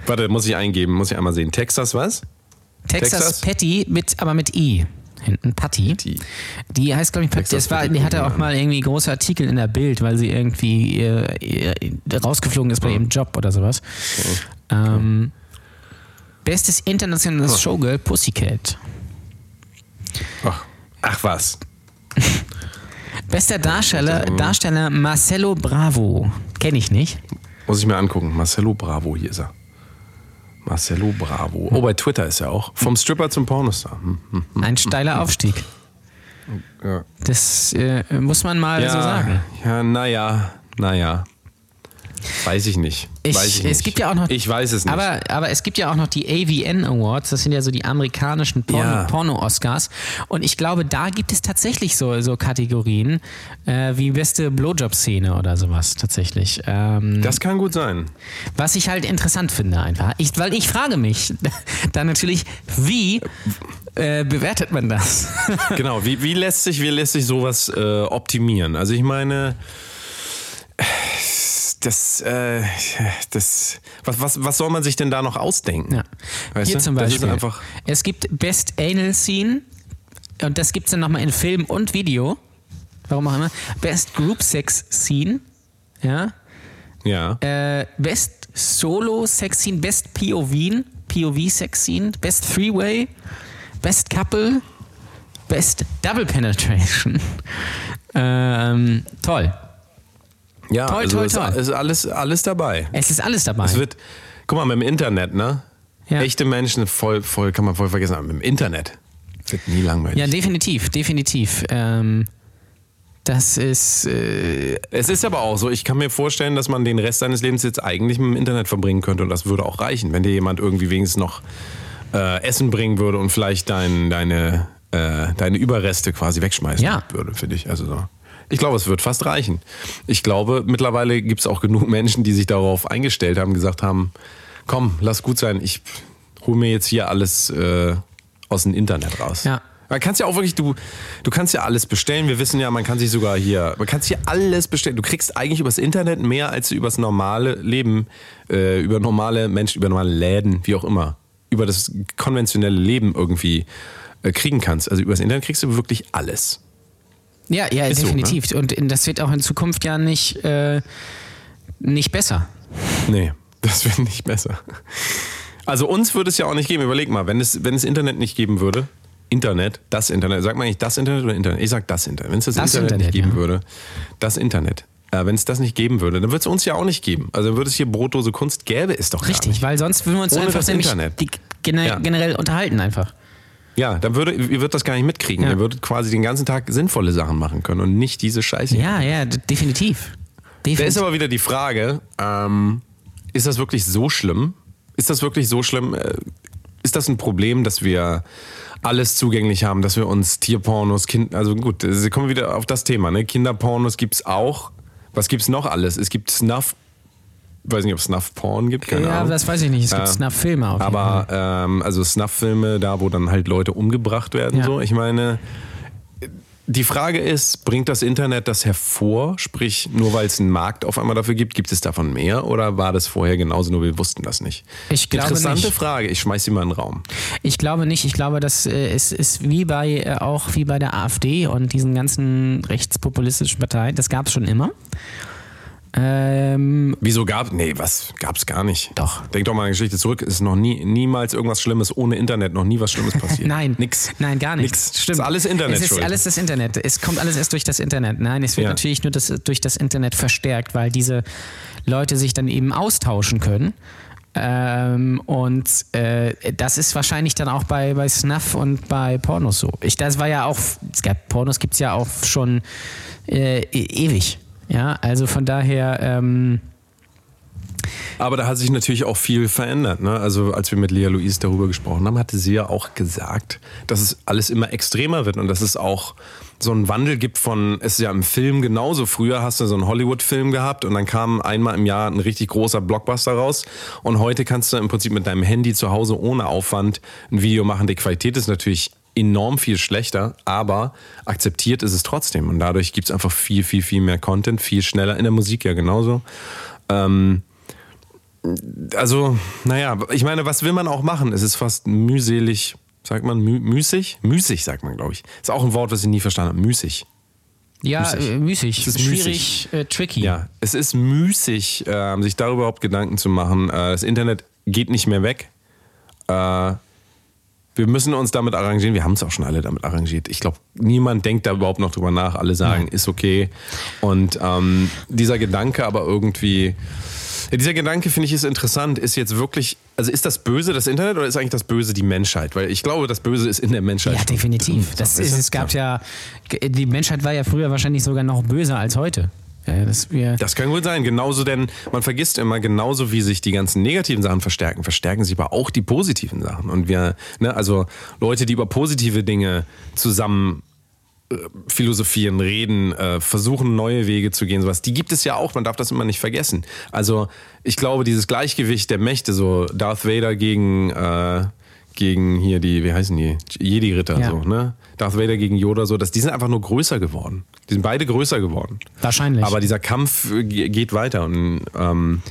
B: Warte, muss ich eingeben, muss ich einmal sehen. Texas was?
D: Texas,
B: Texas?
D: Patty mit, aber mit I. Hinten Patty.
B: Die.
D: Die heißt, glaube ich, Patty.
B: Texas
D: Das war,
B: Patty
D: die hatte
B: gucken wir
D: auch
B: an.
D: mal irgendwie große Artikel in der Bild, weil sie irgendwie äh, äh, rausgeflogen ist bei ihrem Job oder sowas. Ähm, bestes internationales Showgirl, Pussycat.
B: Ach, ach was.
D: Bester Darsteller,
B: äh.
D: Darsteller Marcelo Bravo. Kenne ich nicht.
B: Muss ich mir angucken. Marcelo Bravo, hier ist er. Marcelo Bravo. Oh, bei Twitter ist er auch. Vom Stripper zum Pornostar. Hm, hm.
D: Ein steiler Aufstieg.
B: Ja.
D: Das äh, muss man mal so sagen.
B: ja, naja, naja. Weiß ich nicht.
D: Ich-
B: weiß ich
D: es
B: nicht.
D: gibt ja auch noch-
B: Ich weiß es nicht.
D: Aber, aber es gibt ja auch noch die AVN Awards, das sind ja so die amerikanischen Porno,
B: Ja.
D: Porno-Oscars. Und ich glaube, da gibt es tatsächlich so, so Kategorien äh, wie beste Blowjob-Szene oder sowas tatsächlich. Ähm,
B: das kann gut sein.
D: was ich halt interessant finde einfach. Ich, weil ich frage mich dann natürlich, wie äh, bewertet man das?
B: Genau, wie, wie, lässt sich, wie lässt sich sowas äh, optimieren? Also ich meine, das, äh, das, was, was, was soll man sich denn da noch ausdenken?
D: Ja.
B: Weißt
D: Hier
B: du?
D: zum Beispiel.
B: Das ist einfach,
D: es gibt Best Anal Scene und das gibt es dann nochmal in Film und Video. Warum auch immer. Best Group Sex Scene. Ja.
B: ja.
D: Äh, Best Solo Sex Scene, Best POV, POV Sex Scene, Best Three Way, Best Couple, Best Double Penetration. Ähm, toll.
B: Ja,
D: Toi,
B: also
D: toi,
B: ist,
D: toi.
B: ist alles, alles dabei.
D: Es ist alles dabei.
B: Es wird, guck mal, mit dem Internet, ne?
D: Ja.
B: Echte Menschen, voll, voll, kann man voll vergessen, aber mit dem Internet wird nie langweilig.
D: ja, definitiv, definitiv. Ähm, das ist. Äh,
B: es ist aber auch so, ich kann mir vorstellen, dass man den Rest seines Lebens jetzt eigentlich mit dem Internet verbringen könnte und das würde auch reichen, wenn dir jemand irgendwie wenigstens noch äh, Essen bringen würde und vielleicht dein, deine, äh, deine Überreste quasi wegschmeißen
D: Ja.
B: würde, finde ich. Also so. Ich glaube, es wird fast reichen. Ich glaube, mittlerweile gibt es auch genug Menschen, die sich darauf eingestellt haben, gesagt haben, komm, lass gut sein, ich hole mir jetzt hier alles äh, aus dem Internet raus.
D: Ja.
B: Man kannst ja auch wirklich, du, du kannst ja alles bestellen. Wir wissen ja, man kann sich sogar hier, man kann sich alles bestellen. Du kriegst eigentlich übers Internet mehr als du übers normale Leben, äh, über normale Menschen, über normale Läden, wie auch immer, über das konventionelle Leben irgendwie äh, kriegen kannst. Also übers Internet kriegst du wirklich alles.
D: Ja, ja,
B: Ist so, ne?
D: definitiv. Und in- das wird auch in Zukunft ja nicht, äh, nicht besser.
B: Nee, das wird nicht besser. Also uns würde es ja auch nicht geben. Überleg mal, wenn es, wenn es Internet nicht geben würde, Internet, das Internet, sagt man nicht das Internet oder Internet? Ich sag das Internet. Wenn es das,
D: Das
B: Internet, nicht
D: Internet,
B: geben
D: ja.
B: würde, das Internet. Äh, wenn es das nicht geben würde, dann würde es uns ja auch nicht geben. Also dann würde es hier Brotdose Kunst gäbe es doch
D: Richtig,
B: gar nicht.
D: weil sonst würden wir uns
B: Ohne
D: einfach
B: das
D: nämlich
B: Internet.
D: Die gene
B: Ja.
D: generell unterhalten einfach.
B: Ja, dann würde, ihr würdet das gar nicht mitkriegen.
D: Ja.
B: Ihr würdet quasi den ganzen Tag sinnvolle Sachen machen können und nicht diese Scheiße.
D: Ja, ja, d- definitiv.
B: Da
D: definitiv.
B: ist aber wieder die Frage, ähm, ist das wirklich so schlimm? Ist das wirklich so schlimm? Äh, Ist das ein Problem, dass wir alles zugänglich haben, dass wir uns Tierpornos, Kind, also gut, sie kommen wir wieder auf das Thema, ne? Kinderpornos gibt's auch. Was gibt's noch alles? Es gibt Snuff weiß nicht, ob Snuff Porn gibt, keine
D: ja,
B: Ahnung.
D: das weiß ich nicht. Es gibt
B: Äh,
D: Snuff-Filme auf jeden
B: Aber ähm, also Snuff-Filme, da wo dann halt Leute umgebracht werden,
D: Ja.
B: so. Ich meine, die Frage ist, bringt das Internet das hervor? Sprich, nur weil es einen Markt auf einmal dafür gibt, gibt es davon mehr? Oder war das vorher genauso, nur wir wussten das nicht?
D: Ich glaube
B: Interessante
D: nicht.
B: Frage. Ich schmeiß sie mal in den Raum.
D: Ich glaube nicht. Ich glaube, das äh, es ist wie bei äh, auch wie bei der AfD und diesen ganzen rechtspopulistischen Parteien. Das gab es schon immer. Ähm,
B: Wieso gab Nee, was? Gab's gar nicht.
D: Doch.
B: Denk doch mal an die Geschichte zurück. Es ist noch nie, niemals irgendwas Schlimmes ohne Internet, noch nie was Schlimmes passiert.
D: nein,
B: Nix.
D: Nein, gar nichts.
B: Nix. Ist alles Internet
D: Es ist
B: schuld.
D: alles das Internet. Es kommt alles erst durch das Internet. Nein, es wird
B: Ja.
D: natürlich nur das, durch das Internet verstärkt, weil diese Leute sich dann eben austauschen können. Ähm, und äh, das ist wahrscheinlich dann auch bei, bei Snuff und bei Pornos so. Ich, das war ja auch, es gab, Pornos gibt es ja auch schon äh, e- ewig. Ja, also von daher, ähm,
B: Aber da hat sich natürlich auch viel verändert. Ne? Also als wir mit Lea Louise darüber gesprochen haben, hatte sie ja auch gesagt, dass es alles immer extremer wird und dass es auch so einen Wandel gibt von, es ist ja im Film genauso. Früher hast du so einen Hollywood-Film gehabt und dann kam einmal im Jahr ein richtig großer Blockbuster raus und heute kannst du im Prinzip mit deinem Handy zu Hause ohne Aufwand ein Video machen. Die Qualität ist natürlich enorm viel schlechter, aber akzeptiert ist es trotzdem und dadurch gibt es einfach viel, viel, viel mehr Content, viel schneller in der Musik ja genauso also, naja, ich meine, was will man auch machen? Es ist fast mühselig, sagt man, mü müßig? Müßig sagt man, glaube ich. Ist auch ein Wort, was ich nie verstanden habe. Müßig.
D: ja,
B: Müßig.
D: äh, müßig,
B: Es ist
D: schwierig, äh, tricky.
B: Ja, es ist müßig, ähm, sich darüber überhaupt Gedanken zu machen. Äh, das Internet geht nicht mehr weg. Äh, wir müssen uns damit arrangieren. Wir haben es auch schon alle damit arrangiert. Ich glaube, niemand denkt da überhaupt noch drüber nach. Alle sagen, ist okay. Und ähm, dieser Gedanke aber irgendwie. Ja, dieser Gedanke finde ich ist interessant. Ist jetzt wirklich, also ist das Böse das Internet oder ist eigentlich das Böse die Menschheit? Weil ich glaube, das Böse ist in der Menschheit.
D: Ja, definitiv. Das ist, es gab ja, die Menschheit war ja früher wahrscheinlich sogar noch böser als heute. Ja, dass wir,
B: Das kann gut sein. Genauso, denn man vergisst immer, genauso wie sich die ganzen negativen Sachen verstärken, verstärken sich aber auch die positiven Sachen. Und wir, ne, also Leute, die über positive Dinge zusammen äh, philosophieren, reden, äh, versuchen neue Wege zu gehen, sowas. Die gibt es ja auch, man darf das immer nicht vergessen. Also ich glaube, dieses Gleichgewicht der Mächte, so Darth Vader gegen, äh, gegen hier die, wie heißen die, Jedi-Ritter,
D: Ja.
B: so, ne? Darth Vader gegen Yoda, so, dass die sind einfach nur größer geworden. Die sind beide größer geworden.
D: Wahrscheinlich.
B: Aber dieser Kampf äh, ge- geht weiter. Und ähm,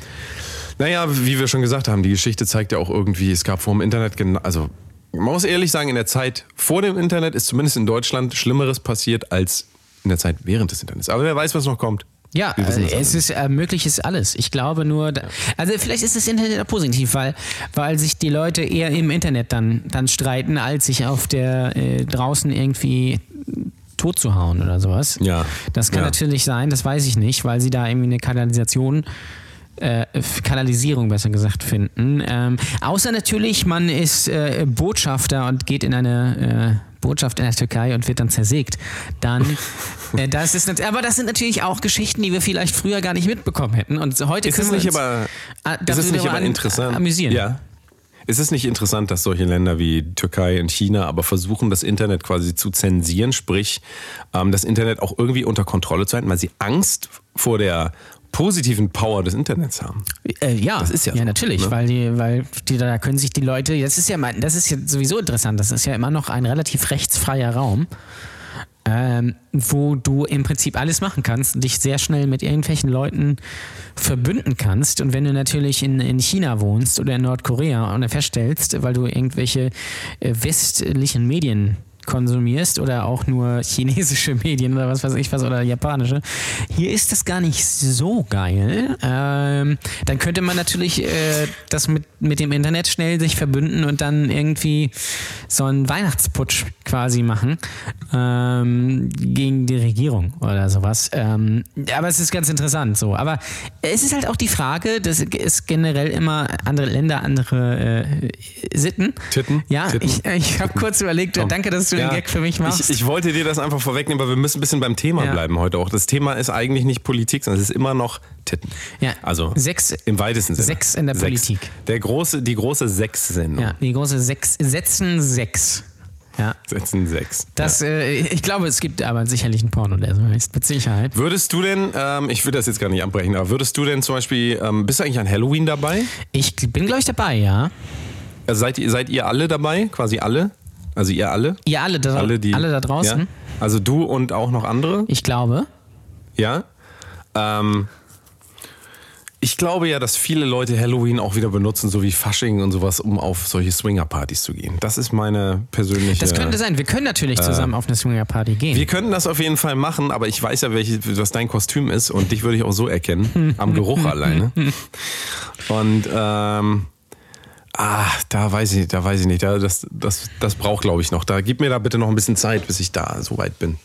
B: naja, wie wir schon gesagt haben, die Geschichte zeigt ja auch irgendwie, es gab vor dem Internet, gen- also man muss ehrlich sagen, in der Zeit vor dem Internet ist zumindest in Deutschland Schlimmeres passiert als in der Zeit während des Internets. Aber wer weiß, was noch kommt.
D: ja,
B: Wir wissen
D: äh,
B: das
D: es
B: alle.
D: ist äh, möglich ist alles. Ich glaube nur, da, also vielleicht ist das Internet auch positiv, weil, weil sich die Leute eher im Internet dann, dann streiten, als sich auf der äh, draußen irgendwie tot zu hauen oder sowas.
B: Ja.
D: Das kann
B: Ja.
D: natürlich sein, das weiß ich nicht, weil sie da irgendwie eine Kanalisation äh, Kanalisierung besser gesagt finden. Ähm, außer natürlich, man ist äh, Botschafter und geht in eine äh, Botschaft in der Türkei und wird dann zersägt. Dann, äh, das ist, nat- aber das sind natürlich auch Geschichten, die wir vielleicht früher gar nicht mitbekommen hätten. Und heute
B: Ist
D: können
B: es nicht
D: wir uns Ah,
B: aber,
D: a-
B: ist es
D: darüber
B: nicht aber
D: an-
B: interessant?
D: amüsieren.
B: Ja. Ist es nicht interessant, dass solche Länder wie Türkei und China aber versuchen, das Internet quasi zu zensieren, sprich ähm, das Internet auch irgendwie unter Kontrolle zu halten, weil sie Angst vor der positiven Power des Internets haben?
D: Äh, ja,
B: Das ist ja
D: ja
B: so,
D: natürlich,
B: ne?
D: weil die, weil die, da können sich die Leute, das ist ja mal, das ist ja sowieso interessant, das ist ja immer noch ein relativ rechtsfreier Raum, ähm, wo du im Prinzip alles machen kannst und dich sehr schnell mit irgendwelchen Leuten verbünden kannst. Und wenn du natürlich in, in China wohnst oder in Nordkorea und dann feststellst, weil du irgendwelche äh, westlichen Medien konsumierst oder auch nur chinesische Medien oder was weiß ich was oder japanische. Hier ist das gar nicht so geil. Ähm, dann könnte man natürlich äh, das mit, mit dem Internet schnell sich verbünden und dann irgendwie so einen Weihnachtsputsch quasi machen ähm, gegen die Regierung oder sowas. Ähm, aber es ist ganz interessant so. Aber es ist halt auch die Frage, das ist generell immer andere Länder, andere äh, Sitten.
B: Titten?
D: Ja,
B: Titten.
D: ich, ich habe kurz überlegt, danke, dass du den Gag für mich machst.
B: Ich, ich wollte dir das einfach vorwegnehmen, aber wir müssen ein bisschen beim Thema
D: Ja.
B: bleiben heute auch. Das Thema ist eigentlich nicht Politik, sondern es ist immer noch Titten.
D: Ja.
B: Also
D: Sechs-
B: im weitesten Sinne.
D: Sechs in der Politik.
B: Der große, die große Sechs-Sendung.
D: ja, die große Sechs, Setzen sechs. Ja.
B: Setzen sechs.
D: Das, äh, ich glaube, es gibt aber sicherlich einen Porno, der so heißt. Mit Sicherheit.
B: Würdest du denn, ähm, ich will das jetzt gar nicht abbrechen, aber würdest du denn zum Beispiel, ähm, bist du eigentlich an Halloween dabei?
D: Ich bin, glaube ich, dabei, ja.
B: Also seid, ihr- seid ihr alle dabei? Quasi alle? Also ihr alle?
D: Ihr alle da, alle,
B: Alle, die,
D: da draußen.
B: Ja? Also du und auch noch andere?
D: Ich glaube.
B: Ja. Ähm, ich glaube ja, dass viele Leute Halloween auch wieder benutzen, so wie Fasching und sowas, um auf solche Swinger-Partys zu gehen. Das ist meine persönliche.
D: Das könnte sein. Wir können natürlich zusammen auf eine Swinger-Party gehen.
B: Äh. Wir könnten das auf jeden Fall machen, aber ich weiß ja, welche, was dein Kostüm ist und dich würde ich auch so erkennen, am Geruch alleine. Und ähm, ah, da weiß ich, da weiß ich nicht. Da, das das, das braucht, glaube ich, noch. Da gib mir da bitte noch ein bisschen Zeit, bis ich da so weit bin.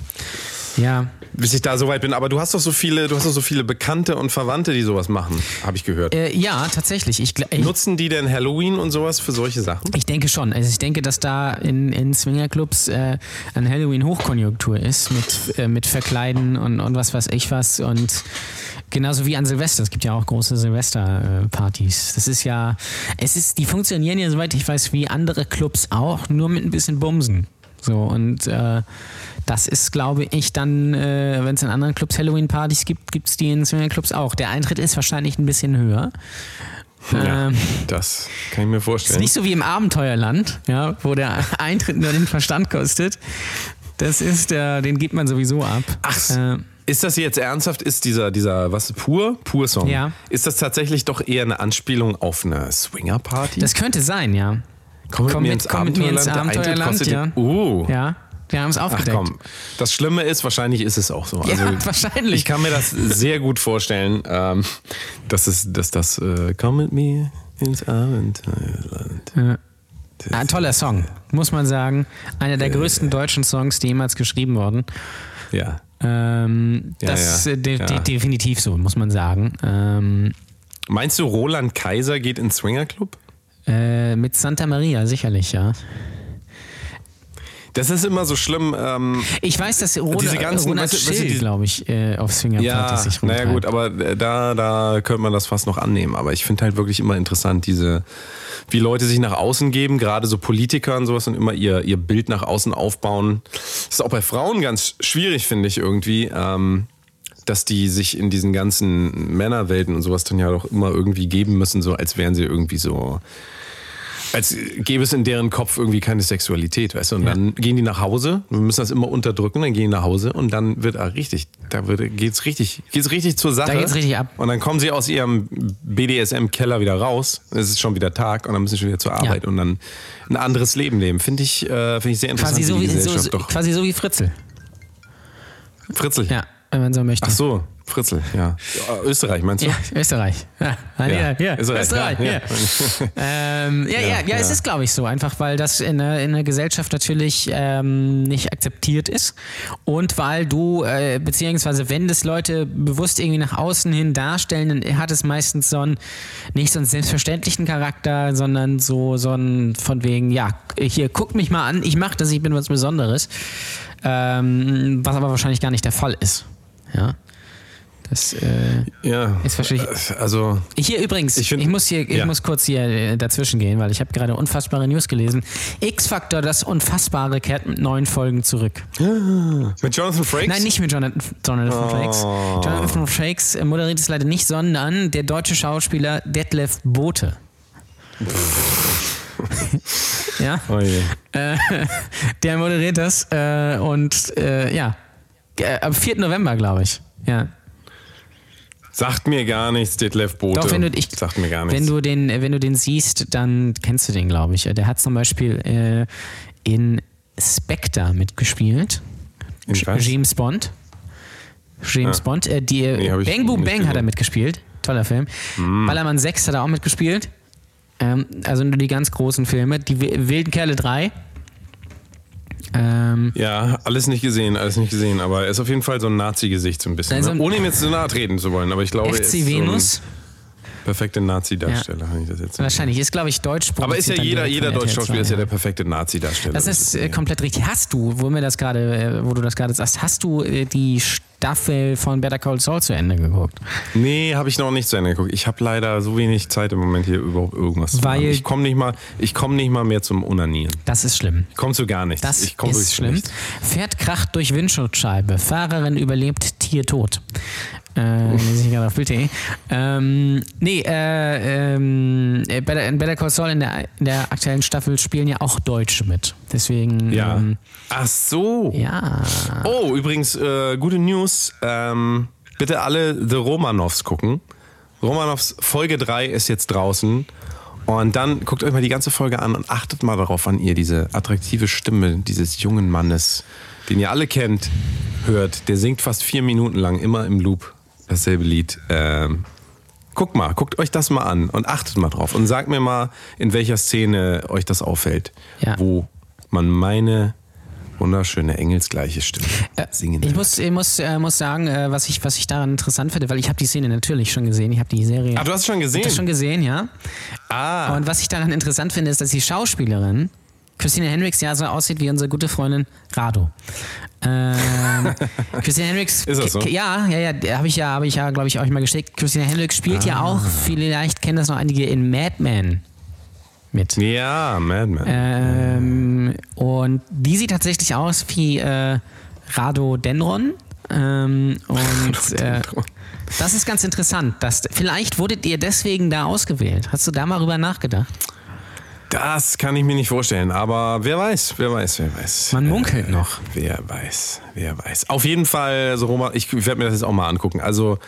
D: ja.
B: Bis ich da so weit bin. Aber du hast doch so viele, du hast doch so viele Bekannte und Verwandte, die sowas machen, habe ich gehört.
D: Äh, ja, tatsächlich. Ich, gl- ich,
B: Nutzen die denn Halloween und sowas für solche Sachen?
D: ich denke schon. Also ich denke, dass da in, in Swingerclubs äh, an Halloween Hochkonjunktur ist mit, äh, mit Verkleiden und, und was weiß ich was. Und genauso wie an Silvester. Es gibt ja auch große Silvester-Partys. Das ist ja, es ist, die funktionieren ja, soweit ich weiß, wie andere Clubs auch, nur mit ein bisschen Bumsen. So, und äh, das ist, glaube ich, dann, äh, wenn es in anderen Clubs Halloween-Partys gibt, gibt es die in Swingerclubs auch. Der Eintritt ist wahrscheinlich ein bisschen höher.
B: Ja,
D: Ähm.
B: das kann ich mir
D: Ist
B: vorstellen.
D: nicht so wie im Abenteuerland, ja, wo der Eintritt nur den Verstand kostet. Das ist der, den gibt man sowieso ab.
B: Ach,
D: Äh,
B: ist das jetzt ernsthaft? Ist dieser, dieser, was, pur? Pur Song?
D: Ja.
B: Ist das tatsächlich doch eher eine Anspielung auf eine Swinger-Party?
D: das könnte sein, ja. komm mit- komm mit mir ins
B: Der
D: Abenteuerland,
B: Eintritt kostet
D: ja.
B: die- Oh.
D: Ja, wir haben es
B: Ach
D: aufgedeckt.
B: komm, das Schlimme ist, wahrscheinlich ist es auch so.
D: Ja,
B: Also,
D: wahrscheinlich.
B: Ich kann mir das sehr gut vorstellen, ähm, dass, es, dass das äh, Komm mit mir ins Abenteuerland.
D: Ah, toller Song, muss man sagen. Einer
B: Äh.
D: der größten deutschen Songs, die jemals geschrieben wurden.
B: Ja.
D: Ähm,
B: Ja,
D: das
B: ja,
D: ist de
B: ja.
D: de definitiv so, muss man sagen. Ähm,
B: Meinst du, Roland Kaiser geht ins Swingerclub?
D: äh, mit Santa Maria sicherlich, ja.
B: Das ist immer so schlimm. Ähm,
D: Ich weiß, dass Roland,
B: Diese ganzen-
D: Ronald
B: weißt du- weißt du,
D: Schill,
B: diese-
D: glaube ich, äh, auf Swingerpartys
B: ja,
D: sich rumtreibt.
B: naja gut, halt. aber äh, da, da könnte man das fast noch annehmen. Aber ich finde halt wirklich immer interessant, diese, wie Leute sich nach außen geben, gerade so Politiker und sowas und immer ihr, ihr Bild nach außen aufbauen. Das ist auch bei Frauen ganz schwierig, finde ich irgendwie. Ähm, dass die sich in diesen ganzen Männerwelten und sowas dann ja doch immer irgendwie geben müssen, so als wären sie irgendwie so, als gäbe es in deren Kopf irgendwie keine Sexualität, weißt du? Und dann gehen die nach Hause, wir müssen das immer unterdrücken, dann gehen die nach Hause und dann wird ah, richtig, da wird, geht's richtig, geht's richtig zur Sache.
D: Da geht's richtig ab.
B: Und dann kommen sie aus ihrem BDSM-Keller wieder raus, es ist schon wieder Tag und dann müssen sie schon wieder zur Arbeit und dann ein anderes Leben leben. Finde ich, äh, finde ich sehr interessant.
D: Quasi so,
B: die
D: wie, so,
B: Gesellschaft
D: so,
B: doch.
D: quasi so wie Fritzel.
B: Fritzl.
D: Ja, wenn man so möchte.
B: Ach so, Fritzl, ja. Äh, Österreich meinst du?
D: Ja, Österreich. Ah, Ja, ja, ja, Österreich. ja.
B: ja.
D: Ähm, ja, ja, ja,
B: ja.
D: es ist, glaube ich, so einfach, weil das in der, in der Gesellschaft natürlich ähm, nicht akzeptiert ist und weil du, äh, beziehungsweise wenn das Leute bewusst irgendwie nach außen hin darstellen, dann hat es meistens so einen, nicht so einen selbstverständlichen Charakter, sondern so, so einen von wegen, ja, hier, guck mich mal an, ich mach das, ich bin was Besonderes, ähm, was aber wahrscheinlich gar nicht der Fall ist. Ja. Das, äh,
B: Ja.
D: Ist wahrscheinlich-
B: Also,
D: hier übrigens, ich,
B: Ich find-
D: muss hier, ich
B: Ja.
D: muss kurz hier äh, dazwischen gehen, weil ich habe gerade unfassbare News gelesen. X-Factor, das Unfassbare, kehrt mit neuen Folgen zurück.
B: mit Jonathan Frakes?
D: Nein, nicht mit Jonathan, Jonathan Frakes.
B: Oh.
D: Jonathan Frakes äh, moderiert es leider nicht, sondern der deutsche Schauspieler Detlef Bote. ja,
B: Oh je.
D: äh, der moderiert das äh, und äh, ja, Äh, am 4. November, glaube ich. Ja,
B: Sagt mir gar nichts, Detlef Bote.
D: Doch, wenn du, ich,
B: Sagt mir gar nichts.
D: wenn du den, äh, wenn du den siehst, dann kennst du den, glaube ich. Der hat zum Beispiel äh, in Spectre mitgespielt.
B: In was?
D: James Bond. James
B: Ah.
D: Bond. Äh, die,
B: hab ich
D: Bang Boom
B: nicht Mm.
D: Bang hat er
B: gesehen.
D: mitgespielt. Toller Film. Ballermann 6 hat er auch mitgespielt. Ähm, also nur die ganz großen Filme. Die Wi- Wilden Kerle 3. Ähm,
B: ja, alles nicht gesehen, alles nicht gesehen, aber er ist auf jeden Fall so ein Nazi-Gesicht so ein bisschen.
D: Nein, so
B: ne?
D: ein-
B: Ohne ihm jetzt so nahe treten zu wollen, aber ich glaube, er ist
D: FC Venus.
B: so ein perfekter Nazi-Darsteller, wenn ich das jetzt
D: Wahrscheinlich. Ist, glaube ich, deutsch.
B: Aber ist ja
D: produziert dann
B: jeder,
D: direkt
B: jeder
D: von RTL
B: deutsche Schauspieler
D: 2,
B: ist ja
D: ja.
B: der perfekte Nazi-Darsteller.
D: Das ist äh, komplett richtig. Hast du, wo mir das gerade, äh, wo du das gerade sagst, hast du äh, die Sch- Staffel von Better Call Saul zu Ende geguckt.
B: Nee, habe ich noch nicht zu Ende geguckt. Ich habe leider so wenig Zeit im Moment hier überhaupt irgendwas zu
D: Weil-
B: machen. Ich komme nicht, mal- ich komm nicht mal mehr zum Unanieren.
D: Das ist schlimm.
B: Ich komme zu gar nichts.
D: Das
B: ich komm
D: ist
B: wirklich zu
D: schlimm.
B: nichts.
D: Pferd kracht durch Windschutzscheibe. Fahrerin überlebt Tier tot. Äh, lese ich gerade auf Bild.de. Ähm, nee, äh, ähm, äh, Better, in Better Call Saul in der, in der aktuellen Staffel spielen ja auch Deutsche mit. Deswegen,
B: Ja.
D: ähm,
B: Ach so.
D: ja.
B: Oh, übrigens, äh, gute News. Ähm, bitte alle The Romanovs gucken. Romanovs Folge 3 ist jetzt draußen. Und dann guckt euch mal die ganze Folge an und achtet mal darauf, wann ihr diese attraktive Stimme dieses jungen Mannes, den ihr alle kennt, hört. Der singt fast vier Minuten lang immer im Loop dasselbe Lied. Ähm, guckt mal, guckt euch das mal an und achtet mal drauf. Und sagt mir mal, in welcher Szene euch das auffällt.
D: Ja.
B: Wo man meine wunderschöne engelsgleiche Stimme
D: Äh,
B: singen
D: Ich
B: hört.
D: muss, ich muss, äh, muss sagen, äh, was, ich, was ich daran interessant finde, weil ich habe die Szene natürlich schon gesehen. Ich habe die Serie.
B: Ah, du hast es schon
D: Ich
B: gesehen?
D: hab das schon gesehen, ja.
B: ah,
D: Und was ich daran interessant finde, ist, dass die Schauspielerin Christina Hendricks ja so aussieht wie unsere gute Freundin Rado. Ähm, Christina Hendricks.
B: Ist das so?
D: Ja, ja, ja, habe ich ja, habe ich ja, glaube ich, euch mal geschickt. Christina Hendricks spielt
B: Ah.
D: ja auch, vielleicht kennen das noch einige, in Mad Men mit.
B: ja, Madman.
D: Ähm, und die sieht tatsächlich aus wie äh, Rado Denron. Ähm, und äh, das ist ganz interessant. Dass, vielleicht wurdet ihr deswegen da ausgewählt. Hast du da mal drüber nachgedacht?
B: Das kann ich mir nicht vorstellen, aber wer weiß, wer weiß, wer weiß. Äh,
D: Man munkelt noch.
B: Wer weiß, wer weiß. Auf jeden Fall, also Roman, ich werde mir das jetzt auch mal angucken. Also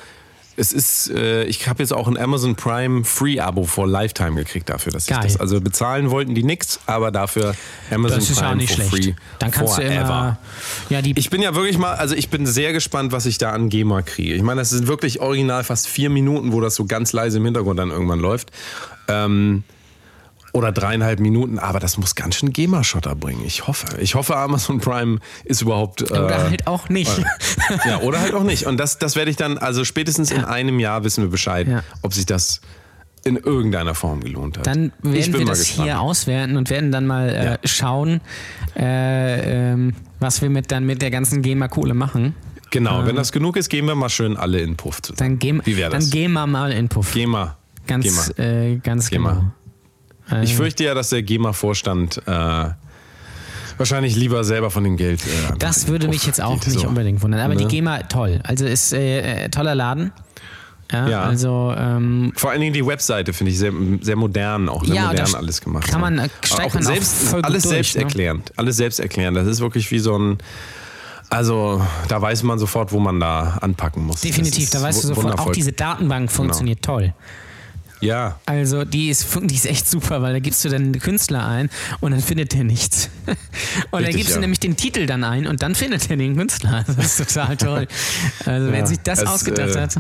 B: es ist, äh, ich habe jetzt auch ein Amazon Prime Free-Abo for Lifetime gekriegt dafür, dass
D: Geil.
B: ich das. Also bezahlen wollten die nichts, aber dafür Amazon
D: Das ist
B: Prime
D: ja auch nicht
B: for
D: schlecht.
B: free.
D: Dann kannst du
B: forever.
D: immer. Ja, die,
B: Ich bin ja wirklich mal, also ich bin sehr gespannt, was ich da an GEMA kriege. Ich meine, das sind wirklich original fast vier Minuten, wo das so ganz leise im Hintergrund dann irgendwann läuft. Ähm, oder dreieinhalb Minuten, aber das muss ganz schön GEMA-Schotter bringen. Ich hoffe. Ich hoffe, Amazon Prime ist überhaupt. Äh,
D: oder halt auch nicht.
B: ja, oder halt auch nicht. Und das, das werde ich dann, also spätestens in einem Jahr wissen wir Bescheid,
D: Ja.
B: ob sich das in irgendeiner Form gelohnt hat.
D: Dann
B: ich
D: werden
B: bin
D: wir
B: mal
D: das
B: gespannt.
D: hier auswerten und werden dann mal äh,
B: Ja.
D: schauen, äh, ähm, was wir mit, dann mit der ganzen GEMA-Kohle machen.
B: Genau, wenn das genug ist, gehen wir mal schön alle in den Puff zusammen.
D: Dann gehen,
B: Wie wäre das?
D: dann gehen wir mal in Puff.
B: GEMA. GEMA.
D: Ganz, äh, ganz
B: GEMA.
D: genau.
B: Ich fürchte ja, dass der GEMA-Vorstand äh, wahrscheinlich lieber selber von dem Geld. Äh,
D: Das würde mich jetzt auch
B: geht
D: nicht
B: so.
D: unbedingt wundern. Aber
B: Ne?
D: die GEMA, toll. Also ist äh, äh, toller Laden. Ja,
B: Ja.
D: also ähm,
B: Vor allen Dingen die Webseite finde ich sehr, sehr modern, auch sehr
D: Ja, da
B: modern
D: st-
B: alles gemacht.
D: kann man,
B: haben.
D: äh, steigt
B: auch
D: man auch
B: selbst,
D: voll gut
B: alles
D: durch,
B: selbst
D: ne?
B: erklärend, alles selbst erklärend. Das ist wirklich wie so ein, also da weiß man sofort, wo man da anpacken muss. Das
D: definitiv,
B: ist
D: da weißt du
B: wu-
D: sofort, auch
B: wundervoll. Genau.
D: diese Datenbank funktioniert toll.
B: Ja,
D: Also die ist, fun- die ist echt super, weil da gibst du dann einen Künstler ein und dann findet der nichts. Und dann
B: Richtig,
D: gibst du
B: ja.
D: nämlich den Titel dann ein und dann findet er den Künstler. Das ist total toll. Also wenn
B: Ja,
D: sich das
B: es,
D: ausgedacht
B: äh,
D: hat.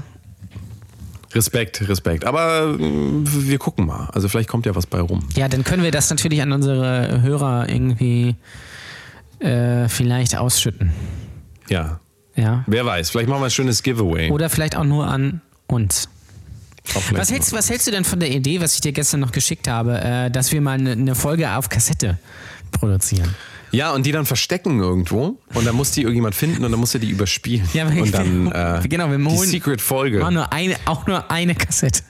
B: Respekt, Respekt. Aber mh, wir gucken mal. Also vielleicht kommt ja was bei rum.
D: Ja, dann können wir das natürlich an unsere Hörer irgendwie äh, vielleicht ausschütten.
B: Ja.
D: Ja.
B: Wer weiß, vielleicht machen wir ein schönes Giveaway.
D: Oder vielleicht auch nur an uns.
B: Auch vielleicht
D: Was hältst, was hältst du denn von der Idee, was ich dir gestern noch geschickt habe, äh, dass wir mal eine eine Folge auf Kassette produzieren?
B: Ja, und die dann verstecken irgendwo und dann muss die irgendjemand finden und dann muss er die überspielen.
D: Ja, wir-
B: und dann äh,
D: genau, wir
B: die
D: holen-
B: Secret-Folge.
D: Auch nur eine, auch nur eine Kassette.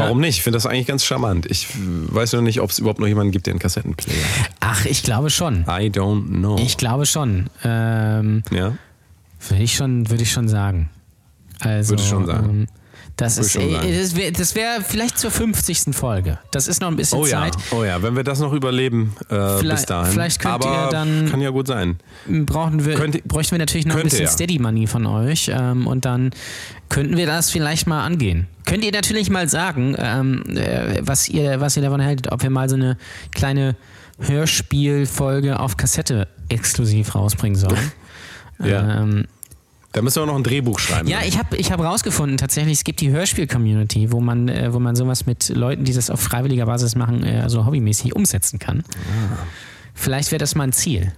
B: Warum nicht? Ich finde das eigentlich ganz charmant. Ich weiß nur nicht, ob es überhaupt noch jemanden gibt, der einen Kassettenplayer hat.
D: Ach, ich glaube schon.
B: I don't know.
D: Ich glaube schon. Ähm,
B: ja?
D: Würde ich schon, würde ich schon sagen. Also,
B: Würde ich schon sagen.
D: ähm, Das
B: Würde
D: ist,
B: ich schon sagen.
D: äh, das wäre das wär vielleicht zur 50. Folge. Das ist noch ein bisschen
B: Oh ja,
D: Zeit.
B: oh ja, wenn wir das noch überleben äh, bis
D: Vielleicht-
B: dahin.
D: vielleicht könnt
B: Aber
D: ihr dann-
B: Kann ja gut sein.
D: Brauchen wir,
B: Könnte-
D: bräuchten wir natürlich noch ein
B: könnte,
D: bisschen
B: ja.
D: Steady Money von euch ähm, und dann könnten wir das vielleicht mal angehen. Könnt ihr natürlich mal sagen, ähm, äh, was, ihr, was ihr davon haltet, ob wir mal so eine kleine Hörspielfolge auf Kassette exklusiv rausbringen sollen.
B: Ja.
D: Ähm,
B: Da müssen wir auch noch ein Drehbuch schreiben.
D: Ja, ich habe ich hab rausgefunden, tatsächlich, es gibt die Hörspiel-Community, wo man, äh, wo man sowas mit Leuten, die das auf freiwilliger Basis machen, äh, so hobbymäßig umsetzen kann.
B: Ah.
D: Vielleicht wäre das mal ein Ziel.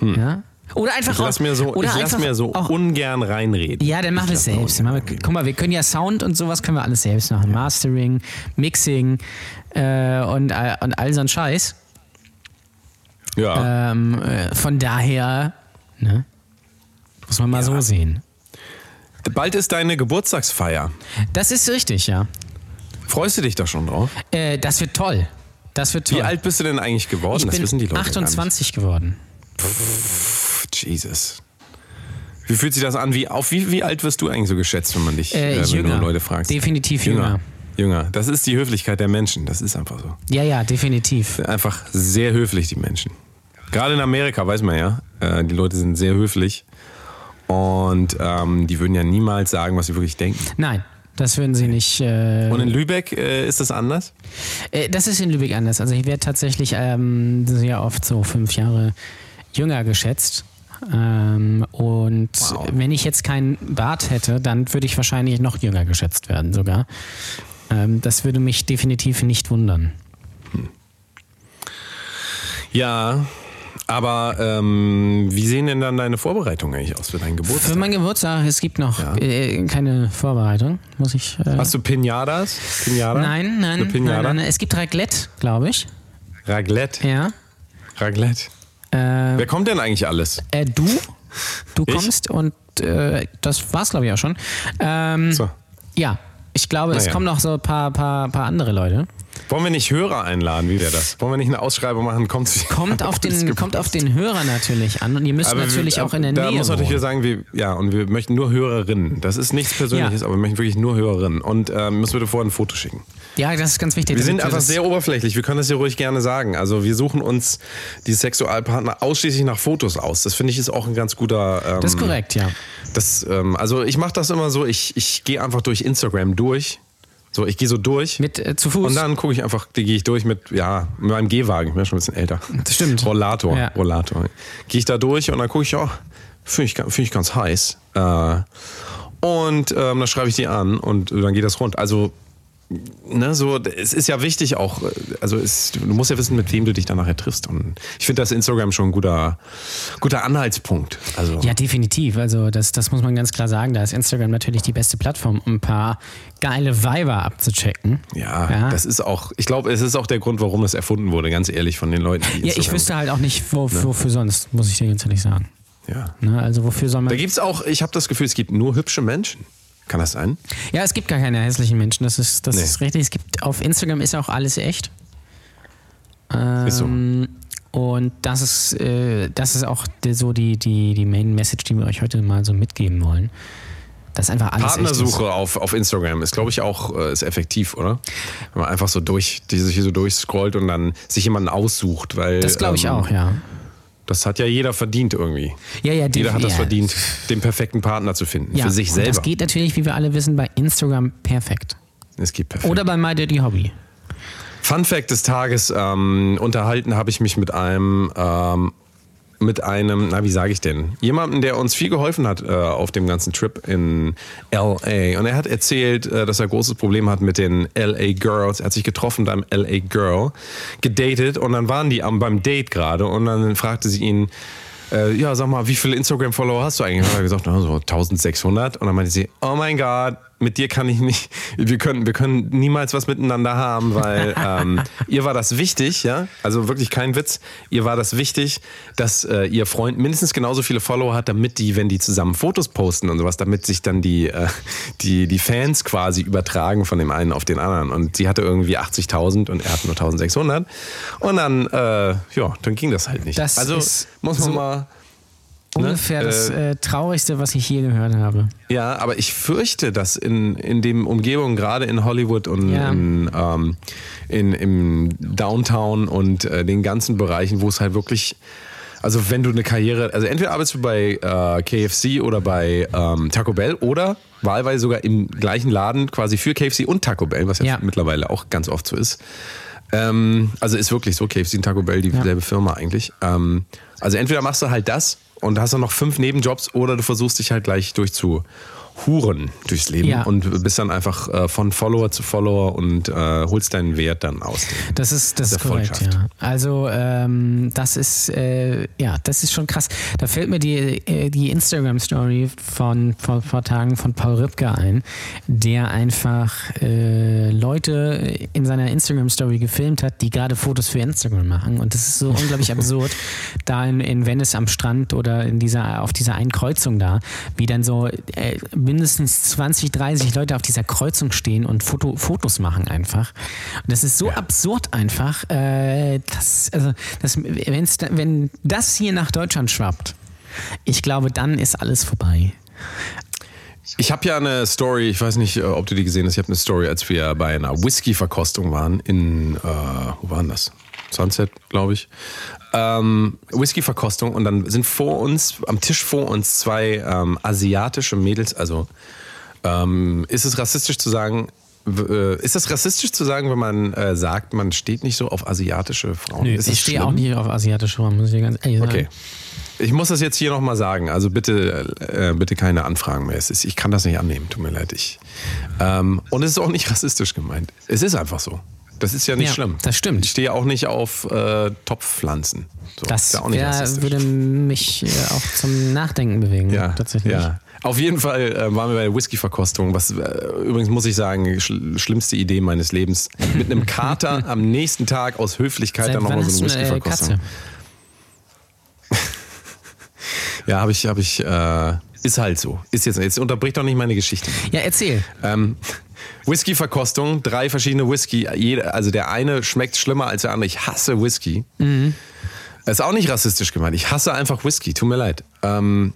D: Ja? Oder einfach
B: Hm. ich lass
D: auch,
B: mir so,
D: oder
B: ich lass
D: einfach oh.
B: mir so
D: auch,
B: ungern reinreden.
D: ja, dann machen wir es selbst. Dann machen wir, guck mal, wir können ja Sound und sowas können wir alles selbst machen. Mastering, Mixing äh, und, all- und all so ein Scheiß.
B: Ja.
D: Ähm, äh, von daher, ne? Muss man mal so sehen. äh.
B: Bald ist deine Geburtstagsfeier.
D: Das ist richtig, ja.
B: Freust du dich da schon drauf?
D: Äh, das wird toll. Das wird toll.
B: Wie alt bist du denn eigentlich geworden?
D: ich
B: das
D: bin
B: wissen die Leute gar nicht.
D: 28 geworden.
B: Pff, Jesus. Wie fühlt sich das an? Wie, auf wie, wie alt wirst du eigentlich so geschätzt, wenn man dich,
D: Äh,
B: äh, wenn du
D: jünger.
B: Leute fragst?
D: Definitiv jünger.
B: Jünger. Das ist die Höflichkeit der Menschen. Das ist einfach so.
D: Ja, ja, definitiv.
B: Sind Einfach sehr höflich, die Menschen. Gerade in Amerika, weiß man ja. Äh, die Leute sind sehr höflich. Und ähm, die würden ja niemals sagen, was sie wirklich denken.
D: Nein, das würden sie nicht. Äh,
B: Und in Lübeck äh, ist das anders?
D: äh, das ist in Lübeck anders. Also ich werde tatsächlich ähm, sehr oft so fünf Jahre jünger geschätzt. Ähm, und
B: Wow.
D: wenn ich jetzt keinen Bart hätte, dann würde ich wahrscheinlich noch jünger geschätzt werden sogar. Ähm, das würde mich definitiv nicht wundern.
B: Ja. Aber ähm, wie sehen denn dann deine Vorbereitungen eigentlich aus für deinen
D: Für
B: Geburtstag?
D: meinen Geburtstag, es gibt noch äh, keine Vorbereitung, muss ich. Äh,
B: Hast du Pinatas? Pinata?
D: Nein, nein,
B: Eine
D: nein, nein,
B: Pinata?
D: nein. Es gibt Raclette, glaube ich.
B: Raglette.
D: Ja.
B: Raglette.
D: Äh,
B: Wer kommt denn eigentlich alles?
D: äh, du? Du
B: Ich?
D: kommst und äh, das war's, glaube ich, auch schon. Ähm,
B: So.
D: Ja, ich glaube, es
B: Naja.
D: kommen noch so ein paar, paar, paar andere Leute.
B: Wollen wir nicht Hörer einladen? Wie wäre das? Wollen wir nicht eine Ausschreibung machen? Kommt, zu-
D: Kommt auf,
B: das
D: den,
B: gibt-
D: kommt auf den Hörer natürlich an und ihr müsst
B: Aber
D: natürlich
B: wir,
D: auch in der
B: da
D: Nähe.
B: muss natürlich
D: wohnen.
B: wieder sagen, wir, ja, und wir möchten nur Hörerinnen. Das ist nichts Persönliches,
D: Ja.
B: aber wir möchten wirklich nur Hörerinnen. Und ähm, müssen bitte vorher ein Foto schicken.
D: Ja, das ist ganz wichtig.
B: Wir sind
D: damit
B: einfach
D: das-
B: sehr oberflächlich. Wir können das hier ruhig gerne sagen. Also wir suchen uns die Sexualpartner ausschließlich nach Fotos aus. Das finde ich ist auch ein ganz guter. Ähm,
D: Das ist korrekt, ja.
B: Das, ähm, also ich mache das immer so. Ich, ich gehe einfach durch Instagram durch. So, ich gehe so durch.
D: Mit äh, zu Fuß.
B: Und dann gucke ich einfach, die gehe ich durch mit, ja, mit meinem Gehwagen, ich bin ja schon ein bisschen älter.
D: Das stimmt.
B: Rollator,
D: Ja.
B: Rollator. Gehe ich da durch und dann gucke ich, oh, finde ich, ga- find ich ganz heiß. Äh, und ähm, dann schreibe ich die an und dann geht das rund. Also, ne, so, es ist ja wichtig auch, äh, also es, du musst ja wissen, mit wem du dich dann nachher triffst. Und ich finde das Instagram schon ein guter, guter Anhaltspunkt. Also,
D: Ja, definitiv. Also das, das muss man ganz klar sagen. Da ist Instagram natürlich die beste Plattform, um ein paar geile Weiber abzuchecken.
B: ja,
D: Ja.
B: das ist auch, ich glaube, es ist auch der Grund, warum das erfunden wurde, ganz ehrlich, von den Leuten. die
D: Ja, ich
B: Instagram-
D: wüsste halt auch nicht, wo,
B: Ne?
D: wofür sonst, muss ich dir ganz ehrlich sagen.
B: Ja.
D: Ne? Also wofür soll man...
B: Da gibt es auch, ich habe das Gefühl, es gibt nur hübsche Menschen. Kann das sein?
D: ja, es gibt gar keine hässlichen Menschen. Das ist, das
B: Nee.
D: ist richtig. Es gibt, auf Instagram ist auch alles echt.
B: ist so.
D: Ähm, Und das ist, äh, das ist auch die, so die, die, die Main Message, die wir euch heute mal so mitgeben wollen. Dass einfach alles echt ist.
B: Partnersuche auf, auf Instagram ist, glaube ich, auch äh, ist effektiv, oder? Wenn man einfach so durch, die sich hier so durchscrollt und dann sich jemanden aussucht, weil.
D: Das glaube ich
B: ähm,
D: auch, ja.
B: Das hat ja jeder verdient irgendwie.
D: Ja, ja,
B: Jeder hat das
D: ja.
B: verdient, den perfekten Partner zu finden. Für sich
D: und
B: selber.
D: Das geht natürlich, wie wir alle wissen, bei Instagram perfekt.
B: es geht perfekt.
D: Oder bei My Dirty
B: Ne?
D: Hobby.
B: Fun Fact des Tages: ähm, Unterhalten habe ich mich mit einem, ähm, mit einem, na wie sage ich denn, jemanden, der uns viel geholfen hat äh, auf dem ganzen Trip in L.A. Und er hat erzählt, äh, dass er großes Problem hat mit den L.A. Girls. Er hat sich getroffen mit einem L.A. Girl, gedatet und dann waren die am beim Date gerade und dann fragte sie ihn. Äh, ja, sag mal, wie viele Instagram-Follower hast du eigentlich? Und Hat er gesagt, na, so 1600. Und dann meinte sie, oh mein Gott, mit dir kann ich nicht, wir können, wir können niemals was miteinander haben, weil ähm, ihr war das wichtig, ja, also wirklich kein Witz, ihr war das wichtig, dass äh, ihr Freund mindestens genauso viele Follower hat, damit die, wenn die zusammen Fotos posten und sowas, damit sich dann die, äh, die, die Fans quasi übertragen von dem einen auf den anderen. Und sie hatte irgendwie 80.000 und er hat nur 1600. Und dann, äh, ja, dann ging das halt nicht.
D: Das
B: also
D: ist
B: muss man
D: so-
B: mal
D: Ungefähr das äh, Traurigste, was ich hier gehört habe.
B: Ja, aber ich fürchte, dass in, in dem Umgebung, gerade in Hollywood und
D: Ja.
B: in, ähm, in, im Downtown und äh, den ganzen Bereichen, wo es halt wirklich, also wenn du eine Karriere, also entweder arbeitest du bei äh, KFC oder bei ähm, Taco Bell oder wahlweise sogar im gleichen Laden quasi für KFC und Taco Bell, was ja,
D: Ja.
B: mittlerweile auch ganz oft so ist. Ähm, also ist wirklich so, KFC und Taco Bell, dieselbe Firma eigentlich. Ähm, also entweder machst du halt das und hast dann noch fünf Nebenjobs oder du versuchst dich halt gleich durchzuhungern Huren durchs Leben
D: Ja.
B: und bist dann einfach äh, von Follower zu Follower und äh, holst deinen Wert dann aus. dem.
D: Das ist, das
B: Der
D: ist korrekt,
B: Volkschaft.
D: ja. Also ähm, das ist äh, ja, das ist schon krass. Da fällt mir die, äh, die Instagram-Story von vor, vor Tagen von Paul Ripke ein, der einfach äh, Leute in seiner Instagram-Story gefilmt hat, die gerade Fotos für Instagram machen. Und das ist so unglaublich absurd, da in, in Venice am Strand oder in dieser, auf dieser einen Kreuzung da, wie dann so äh, mindestens 20, 30 Leute auf dieser Kreuzung stehen und Foto, Fotos machen einfach. Und das ist so absurd einfach, äh, dass, also, dass, wenn's, da- wenn das hier nach Deutschland schwappt, ich glaube, dann ist alles vorbei.
B: Ich habe ja eine Story, ich weiß nicht, äh, ob du die gesehen hast, ich habe eine Story, als wir bei einer Whisky-Verkostung waren in, äh, wo waren das? Sunset, glaube ich. Ähm, Whisky-Verkostung und dann sind vor uns, am Tisch vor uns zwei ähm, asiatische Mädels, also ähm, ist es rassistisch zu sagen, w- äh, ist es rassistisch zu sagen, wenn man äh, sagt, man steht nicht so auf asiatische Frauen? ist es
D: ich stehe auch
B: schlimm?
D: nicht auf asiatische Raum, muss ich dir ganz ehrlich sagen.
B: Okay. Ich muss das jetzt hier nochmal sagen. Also bitte, äh, bitte keine Anfragen mehr. Es ist, ich kann das nicht annehmen, tut mir leid. Ich, ähm, und es ist auch nicht rassistisch gemeint. Es ist einfach so. Das ist ja nicht
D: Ja,
B: schlimm.
D: das stimmt.
B: Ich stehe auch nicht auf äh, Topfpflanzen. So,
D: Das
B: ist ja auch nicht
D: wär-
B: rassistisch.
D: würde mich äh, auch zum Nachdenken bewegen,
B: ja,
D: tatsächlich.
B: Ja. Auf jeden Fall äh, waren wir bei der Whisky-Verkostung. Was äh, übrigens muss ich sagen, schl schlimmste Idee meines Lebens. Mit einem Kater am nächsten Tag aus Höflichkeit
D: Seit
B: Halt dann
D: wann
B: nochmal so
D: hast
B: eine
D: du eine äh,
B: Whisky-Verkostung.
D: Katze?
B: ja, habe ich, habe ich. Äh, ist halt so. Ist jetzt, jetzt unterbricht doch nicht meine Geschichte.
D: Ja, erzähl.
B: Ähm, Whisky-Verkostung, drei verschiedene Whisky. Jede, also der eine schmeckt schlimmer als der andere. Ich hasse Whisky. Ist auch nicht rassistisch gemeint. Ich hasse einfach Whisky. Tut mir leid. Ähm,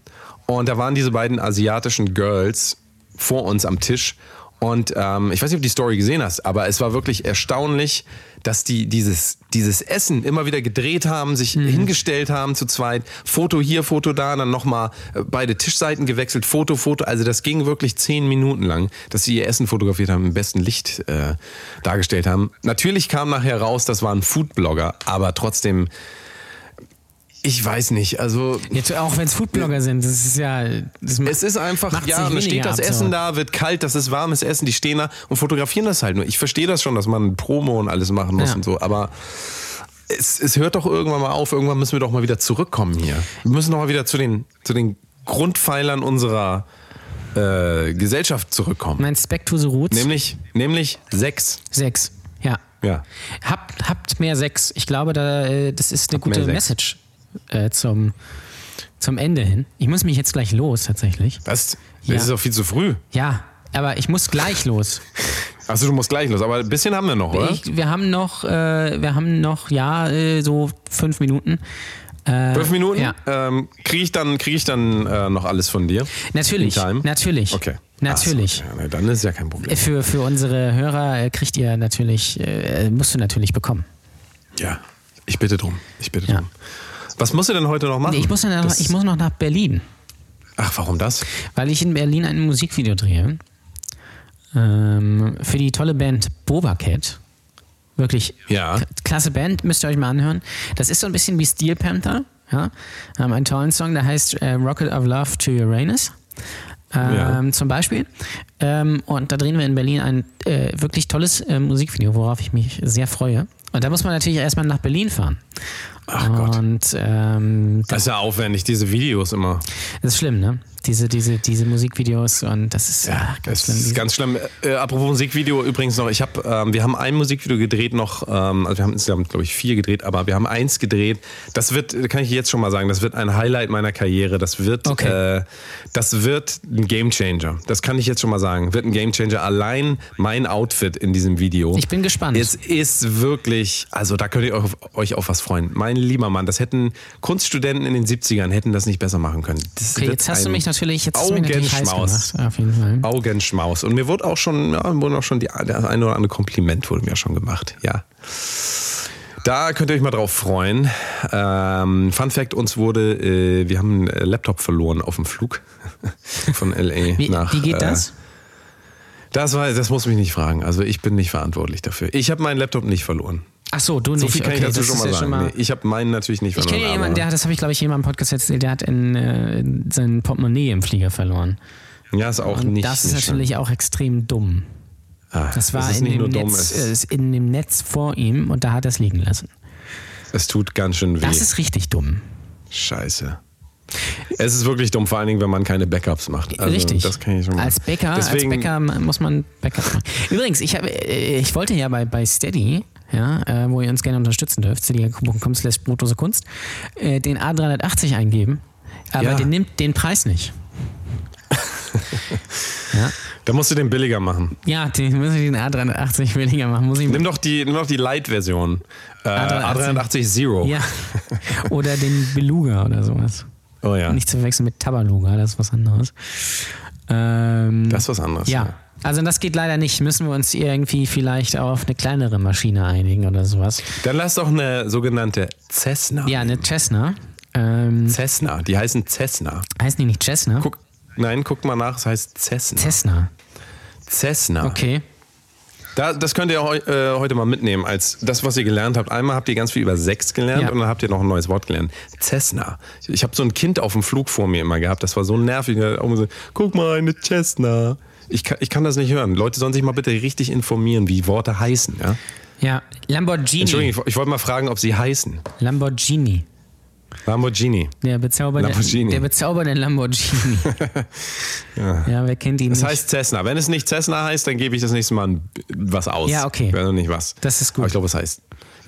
B: und da waren diese beiden asiatischen Girls vor uns am Tisch. Und ähm, ich weiß nicht, ob du die Story gesehen hast, aber es war wirklich erstaunlich, dass die dieses, dieses Essen immer wieder gedreht haben, sich hingestellt haben zu zweit. Foto hier, Foto da, dann nochmal äh, beide Tischseiten gewechselt, Foto, Foto. Also das ging wirklich zehn Minuten lang, dass sie ihr Essen fotografiert haben, im besten Licht äh, dargestellt haben. Natürlich kam nachher raus, das waren Foodblogger, aber trotzdem ich weiß nicht. Also
D: Jetzt, auch wenn es Foodblogger sind, das ist ja. Das ma-
B: es ist einfach,
D: macht
B: ja,
D: sich
B: und es steht
D: weniger
B: das
D: absurd.
B: Essen da, wird kalt, das ist warmes Essen, die stehen da und fotografieren das halt nur. Ich verstehe das schon, dass man Promo und alles machen muss
D: Ja.
B: und so, aber es, es hört doch irgendwann mal auf. Irgendwann müssen wir doch mal wieder zurückkommen hier. Wir müssen doch mal wieder zu den, zu den Grundpfeilern unserer äh, Gesellschaft zurückkommen.
D: Meinst Back to the Roots?
B: Nämlich, nämlich Sex.
D: Sechs. Ja.
B: Ja.
D: Habt, habt mehr Sex. Ich glaube, da, äh, das ist eine gute
B: mehr Sex.
D: Message äh, zum, zum Ende hin. Ich muss mich jetzt gleich los, tatsächlich.
B: Was?
D: Ja.
B: Das ist doch viel zu früh.
D: Ja, aber ich muss gleich los.
B: Achso, du musst gleich los, aber ein bisschen haben wir noch, oder?
D: Ich, wir haben noch, äh, wir haben noch, ja, äh, so fünf Minuten. Äh,
B: Fünf Minuten?
D: Ja.
B: Ähm, Kriege ich dann, krieg ich dann äh, noch alles von dir?
D: Natürlich.
B: In time?
D: Natürlich.
B: Okay.
D: Natürlich.
B: Ach so, ja, na, dann ist ja kein Problem.
D: Für, für unsere Hörer äh, kriegt ihr natürlich, äh, musst du natürlich bekommen.
B: Ja. Ich bitte drum. Ich bitte
D: Ja.
B: drum. Was musst du denn heute noch machen?
D: Nee, ich, muss ja noch,
B: Das-
D: ich muss noch nach Berlin,
B: Ach, warum das?
D: weil ich in Berlin ein Musikvideo drehe. Ähm, für die tolle Band Boba Cat. Wirklich
B: Ja.
D: k- klasse Band, müsst ihr euch mal anhören. Das ist so ein bisschen wie Steel Panther. Ja? Haben einen tollen Song, der heißt äh, Rocket of Love to Uranus. Ähm,
B: Ja.
D: Zum Beispiel. Ähm, und da drehen wir in Berlin ein äh, wirklich tolles äh, Musikvideo, worauf ich mich sehr freue. Und da muss man natürlich erstmal nach Berlin fahren.
B: Ach Gott.
D: Und ähm,
B: Das ist ja aufwendig, diese Videos immer.
D: Das ist schlimm, ne? Diese, diese, diese Musikvideos und das ist ah,
B: Das
D: ganz schlimm.
B: ist ganz schlimm. Äh, apropos Musikvideo übrigens noch, ich hab, ähm, wir haben ein Musikvideo gedreht noch, ähm, also wir haben insgesamt, glaube ich, vier gedreht, aber wir haben eins gedreht. Das wird, äh, kann ich jetzt schon mal sagen, das wird ein Highlight meiner Karriere. Das wird,
D: Okay.
B: äh, das wird ein Gamechanger. Das kann ich jetzt schon mal sagen. Wird ein Gamechanger. Allein mein Outfit in diesem Video.
D: Ich bin gespannt.
B: Es ist wirklich, also da könnt ihr euch auf, euch auf was freuen. Mein lieber Mann, das hätten Kunststudenten in den 70ern hätten das nicht besser machen können. Das
D: okay,
B: wird
D: jetzt hast du
B: ein
D: mich natürlich, jetzt hast du mich natürlich heiß
B: Augenschmaus.
D: gemacht, auf jeden Fall.
B: Augenschmaus. Und mir wurde auch schon, ja, mir wurden auch schon die, der eine oder andere Kompliment wurde mir schon gemacht. Ja. Da könnt ihr euch mal drauf freuen. Ähm, Fun Fact: Uns wurde, äh, wir haben einen Laptop verloren auf dem Flug von LA
D: Wie,
B: nach.
D: wie
B: äh,
D: geht das?
B: Das, war, das muss mich nicht fragen. Also ich bin nicht verantwortlich dafür. Ich habe meinen Laptop nicht verloren.
D: Ach so, du
B: So
D: nicht.
B: viel kann
D: okay,
B: ich dazu
D: das
B: schon
D: ist
B: mal
D: ja
B: sagen.
D: schon mal.
B: nee, ich habe meinen natürlich nicht
D: ich
B: verloren.
D: kenne ja
B: aber-
D: jemanden, der, das habe ich glaube ich jemandem im Podcast erzählt, der hat in, äh, sein Portemonnaie im Flieger verloren.
B: Ja, ist auch
D: Und
B: nicht.
D: das ist
B: nicht
D: natürlich auch extrem dumm.
B: schön. Ah,
D: Das
B: es
D: war
B: ist
D: in
B: nicht
D: dem,
B: nur dumm,
D: Netz,
B: es,
D: äh, ist in dem Netz vor ihm und da hat er es liegen lassen.
B: es tut ganz schön weh.
D: Das ist richtig dumm.
B: Scheiße. Es ist wirklich dumm, vor allen Dingen, wenn man keine Backups macht. Also,
D: Richtig.
B: Das kann ich schon mal.
D: als Bäcker,
B: Deswegen,
D: als Bäcker muss man Backup machen. Übrigens, ich, habe, äh, ich wollte ja bei, bei Steady, ja, äh, wo ihr uns gerne unterstützen dürft, steady.com slash brotlose Kunst, äh, den A380 eingeben, aber
B: Ja.
D: den nimmt den Preis nicht. ja.
B: Da musst du den billiger machen.
D: ja, den müssen wir den A380 weniger machen. Muss ich
B: Nimm doch die, nimm doch die Light-Version. Äh,
D: A380.
B: A380 Zero.
D: ja. Oder den Beluga oder sowas.
B: Oh ja.
D: Nicht zu verwechseln mit Tabaluga, das ist was anderes. Ähm,
B: Das ist was anderes.
D: Ja. Also das geht leider nicht. Müssen wir uns irgendwie vielleicht auf eine kleinere Maschine einigen oder sowas.
B: Dann lass doch eine sogenannte Cessna.
D: Ja, eine Cessna. Ähm,
B: Cessna. Die heißen Cessna.
D: heißen die nicht Cessna?
B: Guck, nein, guck mal nach, es heißt Cessna.
D: Cessna.
B: Cessna.
D: Okay.
B: Da, das könnt ihr heu, äh, heute mal mitnehmen als das, was ihr gelernt habt. Einmal habt ihr ganz viel über Sex gelernt
D: Ja.
B: und dann habt ihr noch ein neues Wort gelernt. Cessna. Ich habe so ein Kind auf dem Flug vor mir immer gehabt. Das war so nervig. Der hat auch immer so, Guck mal, eine Cessna. Ich kann, ich kann das nicht hören. Leute sollen sich mal bitte richtig informieren, wie Worte heißen. Ja?
D: Ja, Lamborghini.
B: Entschuldigung, ich, ich wollte mal fragen, ob sie heißen.
D: Lamborghini.
B: Lamborghini.
D: Der bezaubernde
B: Lamborghini.
D: Der bezaubernde Lamborghini. ja. wer kennt ihn
B: Das
D: nicht?
B: heißt Cessna. Wenn es nicht Cessna heißt, dann gebe ich das nächste Mal ein- was aus.
D: Ja, okay.
B: Ich weiß noch nicht was.
D: Das ist gut.
B: Aber ich glaube, es heißt.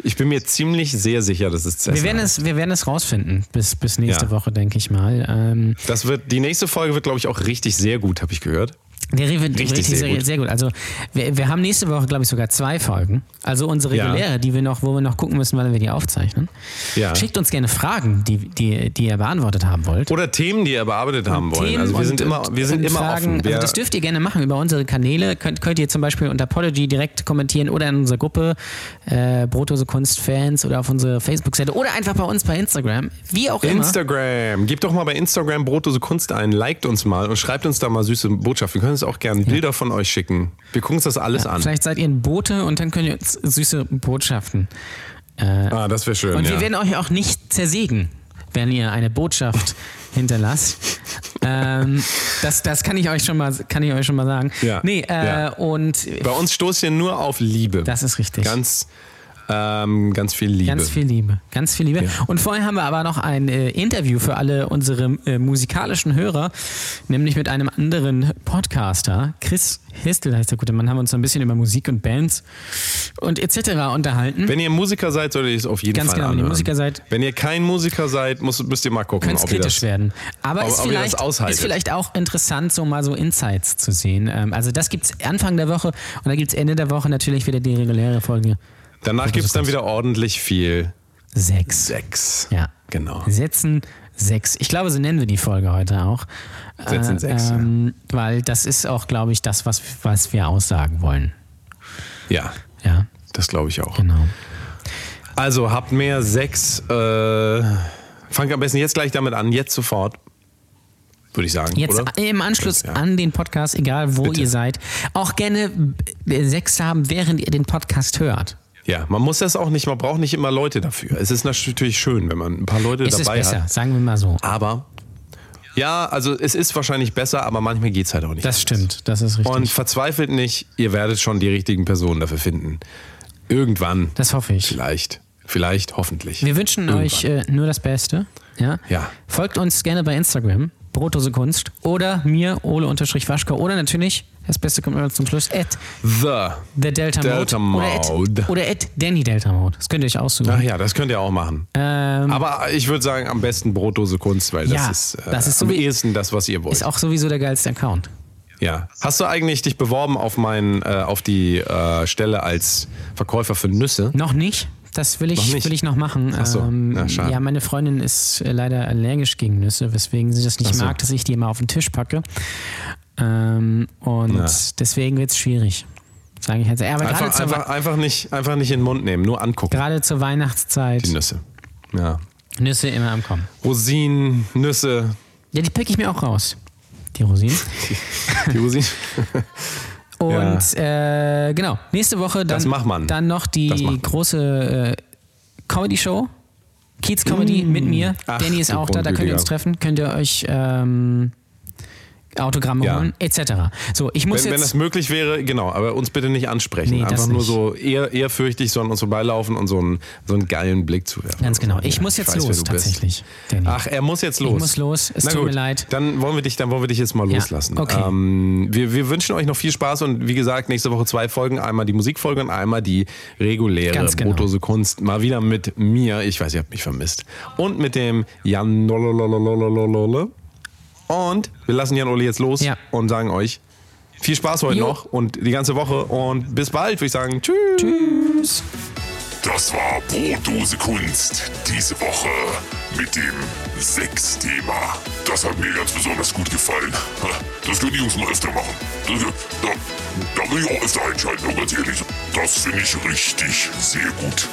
B: Ich bin mir ziemlich sehr sicher, dass es Cessna
D: wir, werden
B: heißt.
D: es, wir werden es rausfinden bis, bis nächste
B: Ja.
D: Woche, denke ich mal. Ähm,
B: Das wird, die nächste Folge wird, glaube ich, auch richtig sehr gut, habe ich gehört.
D: Der Rewe, richtig,
B: sehr
D: sehr, sehr,
B: gut.
D: gut. Also wir, wir haben nächste Woche, glaube ich, sogar zwei Folgen. Also unsere
B: Ja.
D: reguläre, die wir noch, wo wir noch gucken müssen, wann wir die aufzeichnen.
B: Ja.
D: Schickt uns gerne Fragen, die, die, die ihr beantwortet haben wollt.
B: Oder Themen, die ihr bearbeitet haben wollen.
D: Themen
B: also wir sind
D: und-
B: immer, wir sind
D: und
B: immer
D: Fragen,
B: offen. Wir,
D: also das dürft ihr gerne machen über unsere Kanäle. Könnt, könnt ihr zum Beispiel unter Podigy direkt kommentieren oder in unserer Gruppe äh, Brotlose Kunstfans oder auf unsere Facebook-Seite oder einfach bei uns bei Instagram. Wie auch immer.
B: Instagram. Gebt doch mal bei Instagram Brotlose Kunst ein, liked uns mal und schreibt uns da mal süße Botschaften. Wir können uns auch gerne Bilder von euch schicken. Wir gucken uns das alles an.
D: Vielleicht seid ihr ein Bote und dann könnt ihr uns süße Botschaften äh,
B: Ah, das wäre schön.
D: Und
B: ja.
D: wir werden euch auch nicht zersägen, wenn ihr eine Botschaft hinterlasst. ähm, das, das kann ich euch schon mal, kann ich euch schon mal sagen.
B: Ja.
D: Nee, äh,
B: Ja.
D: und
B: bei uns stoßt ihr nur auf Liebe.
D: das ist richtig.
B: ganz, ähm, ganz viel Liebe.
D: Ganz viel Liebe. Ganz viel Liebe.
B: Ja.
D: Und vorher haben wir aber noch ein äh, Interview für alle unsere äh, musikalischen Hörer, nämlich mit einem anderen Podcaster. Chris Histel heißt der gute Mann, haben wir uns so ein bisschen über Musik und Bands und etc. unterhalten.
B: Wenn ihr Musiker seid, solltet ihr es auf jeden
D: Ganz
B: Fall
D: genau, wenn ihr
B: anhören.
D: Musiker seid-
B: Wenn ihr kein Musiker seid, müsst, müsst ihr mal gucken.
D: Könnte es
B: ob ihr
D: kritisch
B: das-
D: werden. Aber
B: ob-
D: ist,
B: ob ihr das
D: vielleicht,
B: aushaltet.
D: ist vielleicht auch interessant, so mal so Insights zu sehen. Ähm, also das gibt es Anfang der Woche und dann gibt es Ende der Woche natürlich wieder die reguläre Folge
B: Danach gibt es dann wieder ordentlich viel
D: 6.
B: Sex.
D: Ja.
B: Genau.
D: Setzen 6. Ich glaube, so nennen wir die Folge heute auch.
B: Setzen sechs, ja.
D: ähm, Weil das ist auch, glaube ich, das, was, was wir aussagen wollen.
B: Ja,
D: Ja,
B: das glaube ich auch.
D: genau.
B: Also habt mehr Sex. Äh, fangt am besten jetzt gleich damit an, jetzt sofort. Würde ich sagen.
D: Jetzt
B: oder?
D: im Anschluss
B: Ja.
D: an den Podcast, egal wo
B: Bitte.
D: ihr seid, auch gerne äh, Sex haben, während ihr den Podcast hört.
B: Ja, man muss das auch nicht, man braucht nicht immer Leute dafür. Es ist natürlich schön, wenn man ein paar Leute
D: Ist es
B: dabei
D: besser,
B: hat.
D: sagen wir mal so.
B: Aber ja, also es ist wahrscheinlich besser, aber manchmal geht es halt auch nicht.
D: Das stimmt, das ist richtig.
B: Und verzweifelt nicht, ihr werdet schon die richtigen Personen dafür finden. Irgendwann.
D: das hoffe ich.
B: Vielleicht. Vielleicht, hoffentlich.
D: Wir wünschen
B: Irgendwann.
D: euch äh, nur das Beste. Ja?
B: Ja.
D: Folgt uns gerne bei Instagram, Brotose Kunst oder mir, Ole-Waschko oder natürlich, das Beste kommt immer zum Schluss, at
B: The.
D: the Delta,
B: Delta
D: Mode
B: Mode.
D: oder at, oder at Danny Delta Mode. Das könnt ihr euch aussuchen.
B: Ach ja, das könnt ihr auch machen.
D: Ähm,
B: Aber ich würde sagen, am besten Brotdose Kunst, weil
D: Ja,
B: das ist, äh,
D: das ist so
B: am
D: wie-
B: ehesten das, was ihr wollt.
D: Ist auch sowieso der geilste Account.
B: ja. Hast du eigentlich dich beworben auf, meinen, äh, auf die äh, Stelle als Verkäufer für Nüsse?
D: Noch nicht. Das will ich
B: Noch
D: noch,
B: nicht?
D: will ich noch machen.
B: Ach so.
D: Ähm,
B: Ja, schade.
D: ja, meine Freundin ist äh, leider allergisch gegen Nüsse, weswegen sie das nicht
B: Ach so.
D: mag, dass ich die immer auf den Tisch packe. Ähm, und
B: Ja.
D: deswegen wird es schwierig. Sage ich jetzt. Ja, Aber gerade
B: Einfach,
D: zur,
B: einfach, einfach, nicht, einfach nicht in den Mund nehmen, nur angucken.
D: gerade zur Weihnachtszeit
B: Die Nüsse. Ja.
D: Nüsse immer am Kommen.
B: Rosinen, Nüsse.
D: Ja, die pick ich mir auch raus. Die Rosinen.
B: Die Rosinen.
D: Und äh, genau, nächste Woche dann,
B: Das macht man.
D: dann noch
B: Das macht
D: die
B: man.
D: große äh, Comedy-Show. Kids Comedy mit mir.
B: Mm. Ach,
D: Danny ist
B: du
D: auch da, da könnt
B: Grundgütiger.
D: ihr uns treffen. Könnt ihr euch ähm, Autogramme
B: Ja.
D: holen, etc. So, ich muss
B: Wenn, wenn
D: jetzt.
B: das möglich wäre, genau, aber uns bitte nicht ansprechen.
D: Nee, das
B: Einfach nur
D: nicht.
B: so eher, ehrfürchtig, sondern uns vorbeilaufen und so einen, so einen geilen Blick zuwerfen.
D: Ganz genau. Ich muss jetzt
B: weiß, wer
D: los,
B: du bist.
D: tatsächlich, Danny.
B: Ach, er muss jetzt los.
D: muss los. Es
B: Na
D: tut
B: gut,
D: mir leid.
B: Dann wollen wir dich, dann wollen wir dich jetzt mal
D: Ja,
B: loslassen.
D: okay.
B: Ähm, wir, wir wünschen euch noch viel Spaß und wie gesagt, nächste Woche zwei Folgen. Einmal die Musikfolge und einmal die reguläre
D: Ganz genau.
B: brotlose Kunst. Mal wieder mit mir. Ich weiß, ihr habt mich vermisst. Und mit dem Jan Nololololololole. Und wir lassen Jan Ole jetzt los
D: Ja.
B: und sagen euch viel Spaß heute
D: Jo.
B: noch und die ganze Woche und bis bald, würde ich sagen. Tschüss.
A: Das war Brotdose Kunst diese Woche mit dem Sex-Thema. Das hat mir ganz besonders gut gefallen. Das können die Jungs mal öfter machen. Das, da, da will ich auch öfter einschalten, und ganz ehrlich. Das finde ich richtig sehr gut.